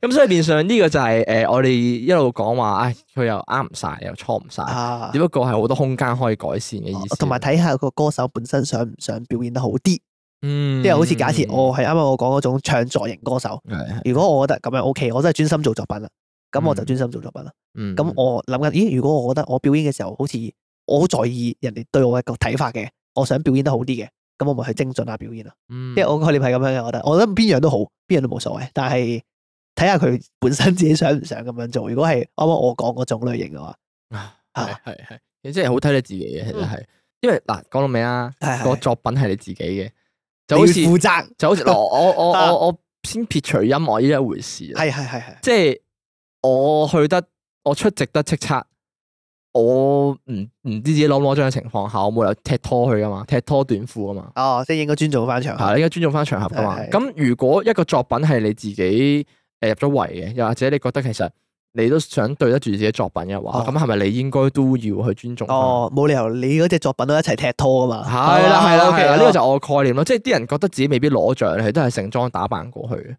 S1: 咁所以變相呢個就係誒，我哋一路講話，唉，佢又啱唔晒，又錯唔晒，
S2: 啊哦
S1: 只，不過係好多空間可以改善嘅意思。啊
S2: 同埋睇下個歌手本身想唔想表現得好啲，
S1: 嗯，
S2: 即係好似假設我係啱啱我講嗰種唱作型歌手。
S1: 係係
S2: 如果我覺得咁樣 OK，我真係專心做作品啦，咁我就
S1: 嗯
S2: 專心做作品啦。
S1: 嗯
S2: 咁我諗緊，咦？如果我覺得我表演嘅時候好似我好在意人哋對我嘅個睇法嘅，我想表演得好啲嘅，咁我咪去精進下表演啦。
S1: 嗯
S2: 即係我概念係咁樣嘅，我覺得，我覺得邊樣都好，邊樣都冇所謂，但 係睇下佢本身自己想唔想咁樣做。如果係啱啱我講嗰種類型嘅話，啊
S1: 係係係，即係好睇你自己嘅，其實係，因為嗱講到尾啦，
S2: 係係
S1: 個作品係你自己嘅，
S2: 就
S1: 就好似
S2: 負責，
S1: 就好似 嗱，我我我
S2: 啊
S1: 我我先撇除音樂呢一回事啦，
S2: 係係係係，
S1: 即係我去得我出席得叱咤，我唔唔知自己攞唔攞獎嘅情況下，我冇理由踢拖去噶嘛，踢拖短褲啊嘛。
S2: 哦，即係應該尊重翻場合，
S1: 啊係，你應該尊重翻場合噶嘛。
S2: 係係
S1: 咁如果一個作品係你自己誒入咗圍嘅，又或者你覺得其實你都想對得住自己作品嘅話，
S2: 哦
S1: 咁係咪你應該都要去尊重返？
S2: 哦，冇理由你嗰只作品都一齊踢拖噶嘛，
S1: 係啦，係啦，
S2: 哦
S1: 係啦，呢
S2: OK，
S1: 個就係我嘅概念咯。即係啲人覺得自己未必攞獎，佢都係盛裝打扮過去嘅。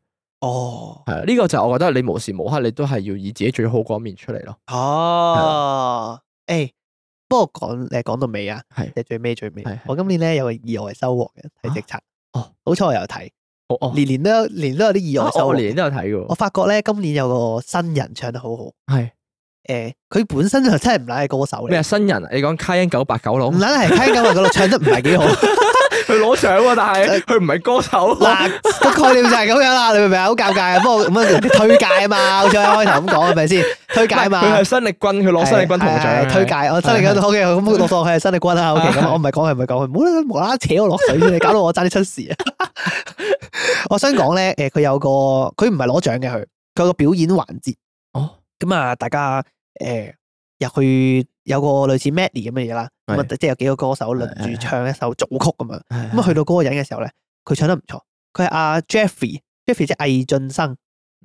S2: 哦，
S1: 係啦，啊呢個就係我覺得你無時無刻你都係要以自己最好嗰一面出嚟咯。
S2: 哦，誒，不過講誒講到尾啊，
S1: 係
S2: 即係最尾最尾
S1: 係係，
S2: 我今年咧有個意外收穫嘅睇
S1: 啊
S2: 直測，
S1: 哦，
S2: 好彩我有睇，
S1: 我我
S2: 年年都有年都有啲意外收
S1: 我
S2: 穫
S1: 年
S2: 嘅。
S1: 都有睇嘅
S2: 我發覺咧今年有個新人唱得好好，
S1: 喎，
S2: 誒，佢本身就真係唔乸係歌手
S1: 係咩
S2: 嚟
S1: 啊。新人啊？你講卡因九八九佬，
S2: 唔撚係聽緊話嗰度唱得唔 係幾好，
S1: 佢攞獎喎，但係佢唔係歌手喎。
S2: 嗱個概念就係咁樣啦，你明唔明啊？好尷尬啊！不過咁啊，人哋推介啊嘛，好似我一開頭咁講係咪先？推介啊嘛，
S1: 佢係新力軍，佢攞新力軍銅
S2: 係係
S1: 獎。
S2: 係推介我新力 軍 OK，咁我當佢係新力軍啦。OK，咁啊我唔係講佢，唔係講佢，唔好啦無啦啦扯我落水先，你搞到我爭啲出事啊！ 我想講咧，誒，佢有個佢唔係攞獎嘅，佢佢有個表演環節。
S1: 哦，
S2: 咁啊，大家誒入去有個類似 medley 咁嘅嘢啦，咁啊，
S1: 係
S2: 即係有幾個歌手輪
S1: 係係
S2: 住唱一首組曲咁樣。咁
S1: 咁
S2: 啊，去到嗰個人嘅時候咧，佢唱得唔錯，佢係阿 Jeffrey，Jeffrey 即係魏俊生，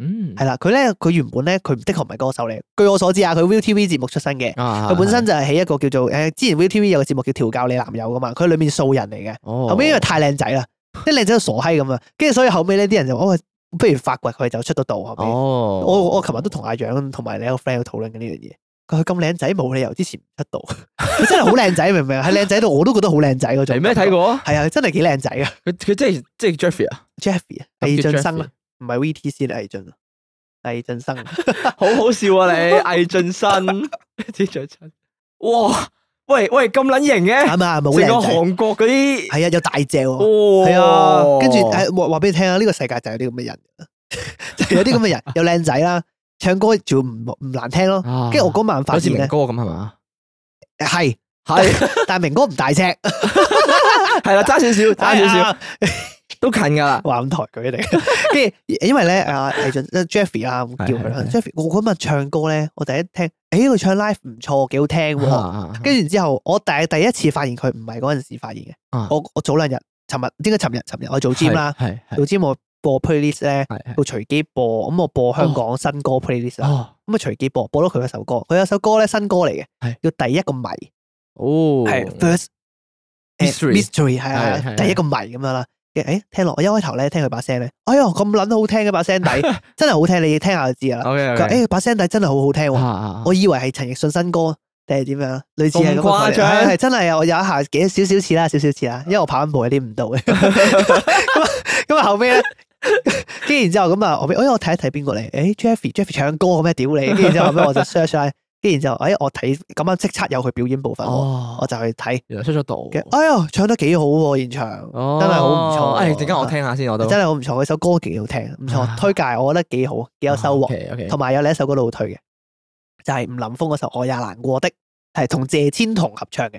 S1: 嗯
S2: 係啦。佢咧佢原本咧佢的確唔係歌手嚟，據我所知啊，佢 ViuTV 節目出身嘅。
S1: 啊
S2: 佢本身就係喺一個叫做誒，之前 ViuTV 有個節目叫調教你男友噶嘛，佢裏面素人嚟嘅，
S1: 後
S2: 後尾因為太靚仔啦，啲靚仔都傻閪咁啊，跟住所以後尾咧啲人就哦，不如發掘佢就出得道後尾。
S1: 哦，
S2: 我我琴日都同阿楊同埋你一個 friend 討論緊呢樣嘢，佢話佢咁靚仔冇理由之前唔出道， 佢真係好靚仔明唔明啊？喺靚仔度我都覺得好靚仔嗰種。
S1: 你咩睇？過啊？
S2: 係啊，佢真係幾靚仔啊
S1: 佢佢即係即係 Jeffrey 啊，
S2: ！Jeffy 啊，魏俊生啊，唔係 VTC 啊，魏俊啊，魏 俊生啊。
S1: 好好笑啊你，魏俊生，啲俊 生， 哇，喂喂咁撚型嘅，
S2: 啱啊，冇
S1: 成個
S2: 靚仔。
S1: 韓國嗰啲，
S2: 係啊，有大隻喎。
S1: 哦，
S2: 係啊，跟住誒話話俾你聽啊，呢個世界就係有啲咁 嘅人，就係有啲咁嘅人，又靚仔啦，唱歌仲唔唔難聽咯。
S1: 啊，
S2: 跟住我嗰晚發
S1: 好似
S2: 現
S1: 明
S2: 咧，
S1: 哥咁係嘛？
S2: 係
S1: 係
S2: 但係明哥唔大隻，
S1: 係啦，爭少 少，
S2: 啊
S1: 爭少少，都近㗎啦。
S2: 話咁抬舉嚟， 跟住因為咧啊，魏俊 Jeffrey 啦，咁叫佢啦
S1: 係係
S2: ，Jeffrey，我嗰日唱歌咧，我第一聽，誒佢唱 live 唔錯，幾好聽
S1: 啊
S2: 喎。跟住然之後，我第第一次發現佢唔係嗰陣時發現嘅
S1: 啊，
S2: 我我早兩日，尋日應該尋日，尋日我做 gym 啦，
S1: 係係
S2: 做 gym 我播 playlist 咧，
S1: 係 係
S2: 會隨機播，咁我播香港新歌 playlist 啦，
S1: 哦
S2: 咁啊隨機播，播到佢嗰首歌，佢有首歌咧新歌嚟嘅
S1: 係，
S2: 叫第一個謎，
S1: 哦，
S2: 係 first 誒
S1: Mystery
S2: mystery 係
S1: 係
S2: 啊，
S1: 係
S2: 第一個謎咁樣啦。嘅誒，聽落我一開頭咧聽佢把聲咧，哎呀咁撚好聽嘅把聲 底，真係好聽，你聽下就知噶啦。
S1: OK
S2: 佢話
S1: OK，
S2: 誒把聲底真係好好聽喎，
S1: 啊
S2: 哎我以為係陳奕迅新歌定係點樣啦，類似係咁
S1: 咁誇
S2: 嘅概念
S1: 張
S2: 係係真係啊！我有一下幾少少似啦，少少 似啦，因為我跑緊步有啲唔到嘅。咁啊咁啊後尾咧，跟住然之後咁啊，後尾哎我睇一睇邊個嚟？誒 Jeffy，Jeffy 唱歌咁咩屌你！跟住之後後尾我就 search 啦，跟住然之後誒我睇咁啱即刻有佢表演部分喎，
S1: 哦
S2: 我，就去睇。
S1: 原來出咗道。
S2: 嘅，哎呀，唱得幾好喎、現場，
S1: 哦，
S2: 真係好唔錯
S1: 誒，陣間我聽下先，我都
S2: 真係好唔錯，佢首歌幾好聽，唔
S1: 啊
S2: 錯，推介我覺得幾好，幾有收穫，
S1: OK OK，
S2: 同埋有另一首歌都好推嘅，就係、吳林峰嗰首《我也難過的》，係同謝千彤合唱嘅。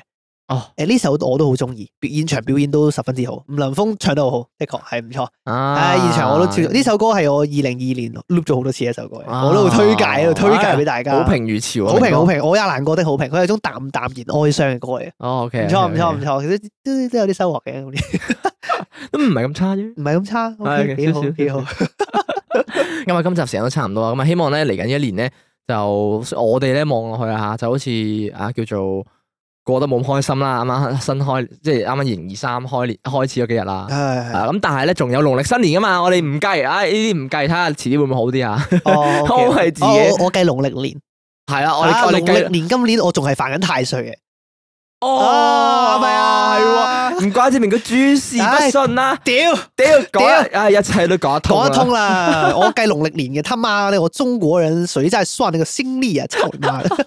S1: 哦
S2: 誒呢首我都好中意，表現場表演都十分之好，吳林峰唱得好好，的確係唔錯。係、
S1: 啊
S2: 哎現場我都超呢首歌係我二零二年 loop 咗好多次嘅一首歌嚟，
S1: 啊
S2: 我都會推介喺度推介俾大家。
S1: 好評如潮啊，
S2: 好評
S1: 明哥
S2: 好。評，我也難過的好評，佢係一種淡淡然哀傷嘅歌嚟，
S1: 哦，OK，
S2: 唔錯唔錯唔錯，其實都都有啲收穫嘅。咁
S1: 錯，都唔係咁啊差啫。
S2: 唔係咁差
S1: 係
S2: ，OK，幾
S1: 少
S2: 好
S1: 少
S2: 幾好，
S1: 咁啊，今集時間都差唔多啦。咁啊，希望咧嚟緊一年咧，就我哋咧望落去啊，就好似啊叫做過得冇咁開心啦。啱啱新開，即係啱啱二零二三開 年開始嗰幾日啦。
S2: 係
S1: 啊，咁但係咧仲有農曆新年噶嘛，我哋唔計，唉呢啲唔計，睇下遲啲會唔會好啲啊？
S2: 哦 OK，
S1: 我係自己
S2: 哦我我計農曆年，
S1: 係啦，
S2: 我
S1: 我哋我哋
S2: 啊農曆
S1: 計
S2: 年今年我仲係犯緊太歲嘅，
S1: 哦，係咪
S2: 係
S1: 啊？係
S2: 喎
S1: 喎，唔怪之明佢諸事不順啦。
S2: 屌
S1: 屌，講一啊，一切都講得通
S2: 講
S1: 啦，
S2: 得通啦，我計農曆年嘅，他媽的，我中國人誰在算那個新曆啊，操你媽的！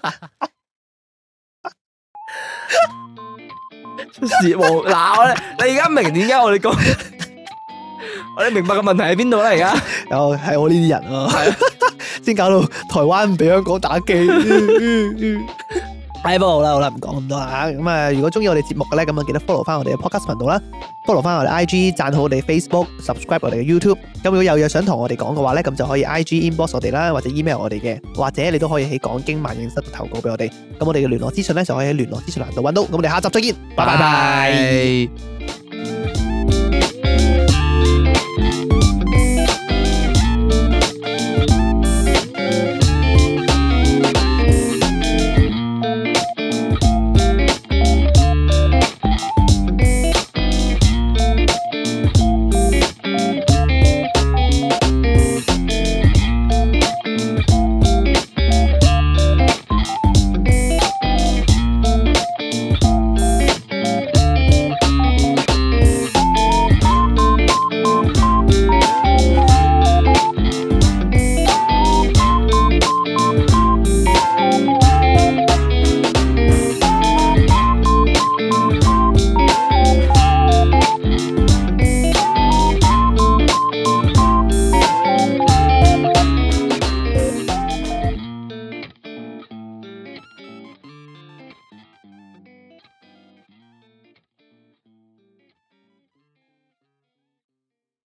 S1: 出事冇嗱，我哋你而家明點解我哋講，我哋明白個問題喺邊度啦？而家
S2: 然後係我呢 啲人啊，先搞到台灣唔俾香港打機。唉，不過好啦好啦，唔講咁多啦。咁啊，如果中意我哋節目嘅咧，咁啊記得 follow 翻我哋嘅 podcast 頻道啦，follow 翻我哋 IG，讚好我哋 Facebook，subscribe 我哋嘅 YouTube。咁如果有嘢想同我哋講嘅話咧，咁就可以 IG inbox 我哋啦，或者 email 我哋嘅，或者你都可以喺講經萬應室度投稿俾我哋。咁我哋嘅聯絡資訊咧就可以喺聯絡資訊欄度揾到。咁我哋下集再見，拜拜。
S1: 拜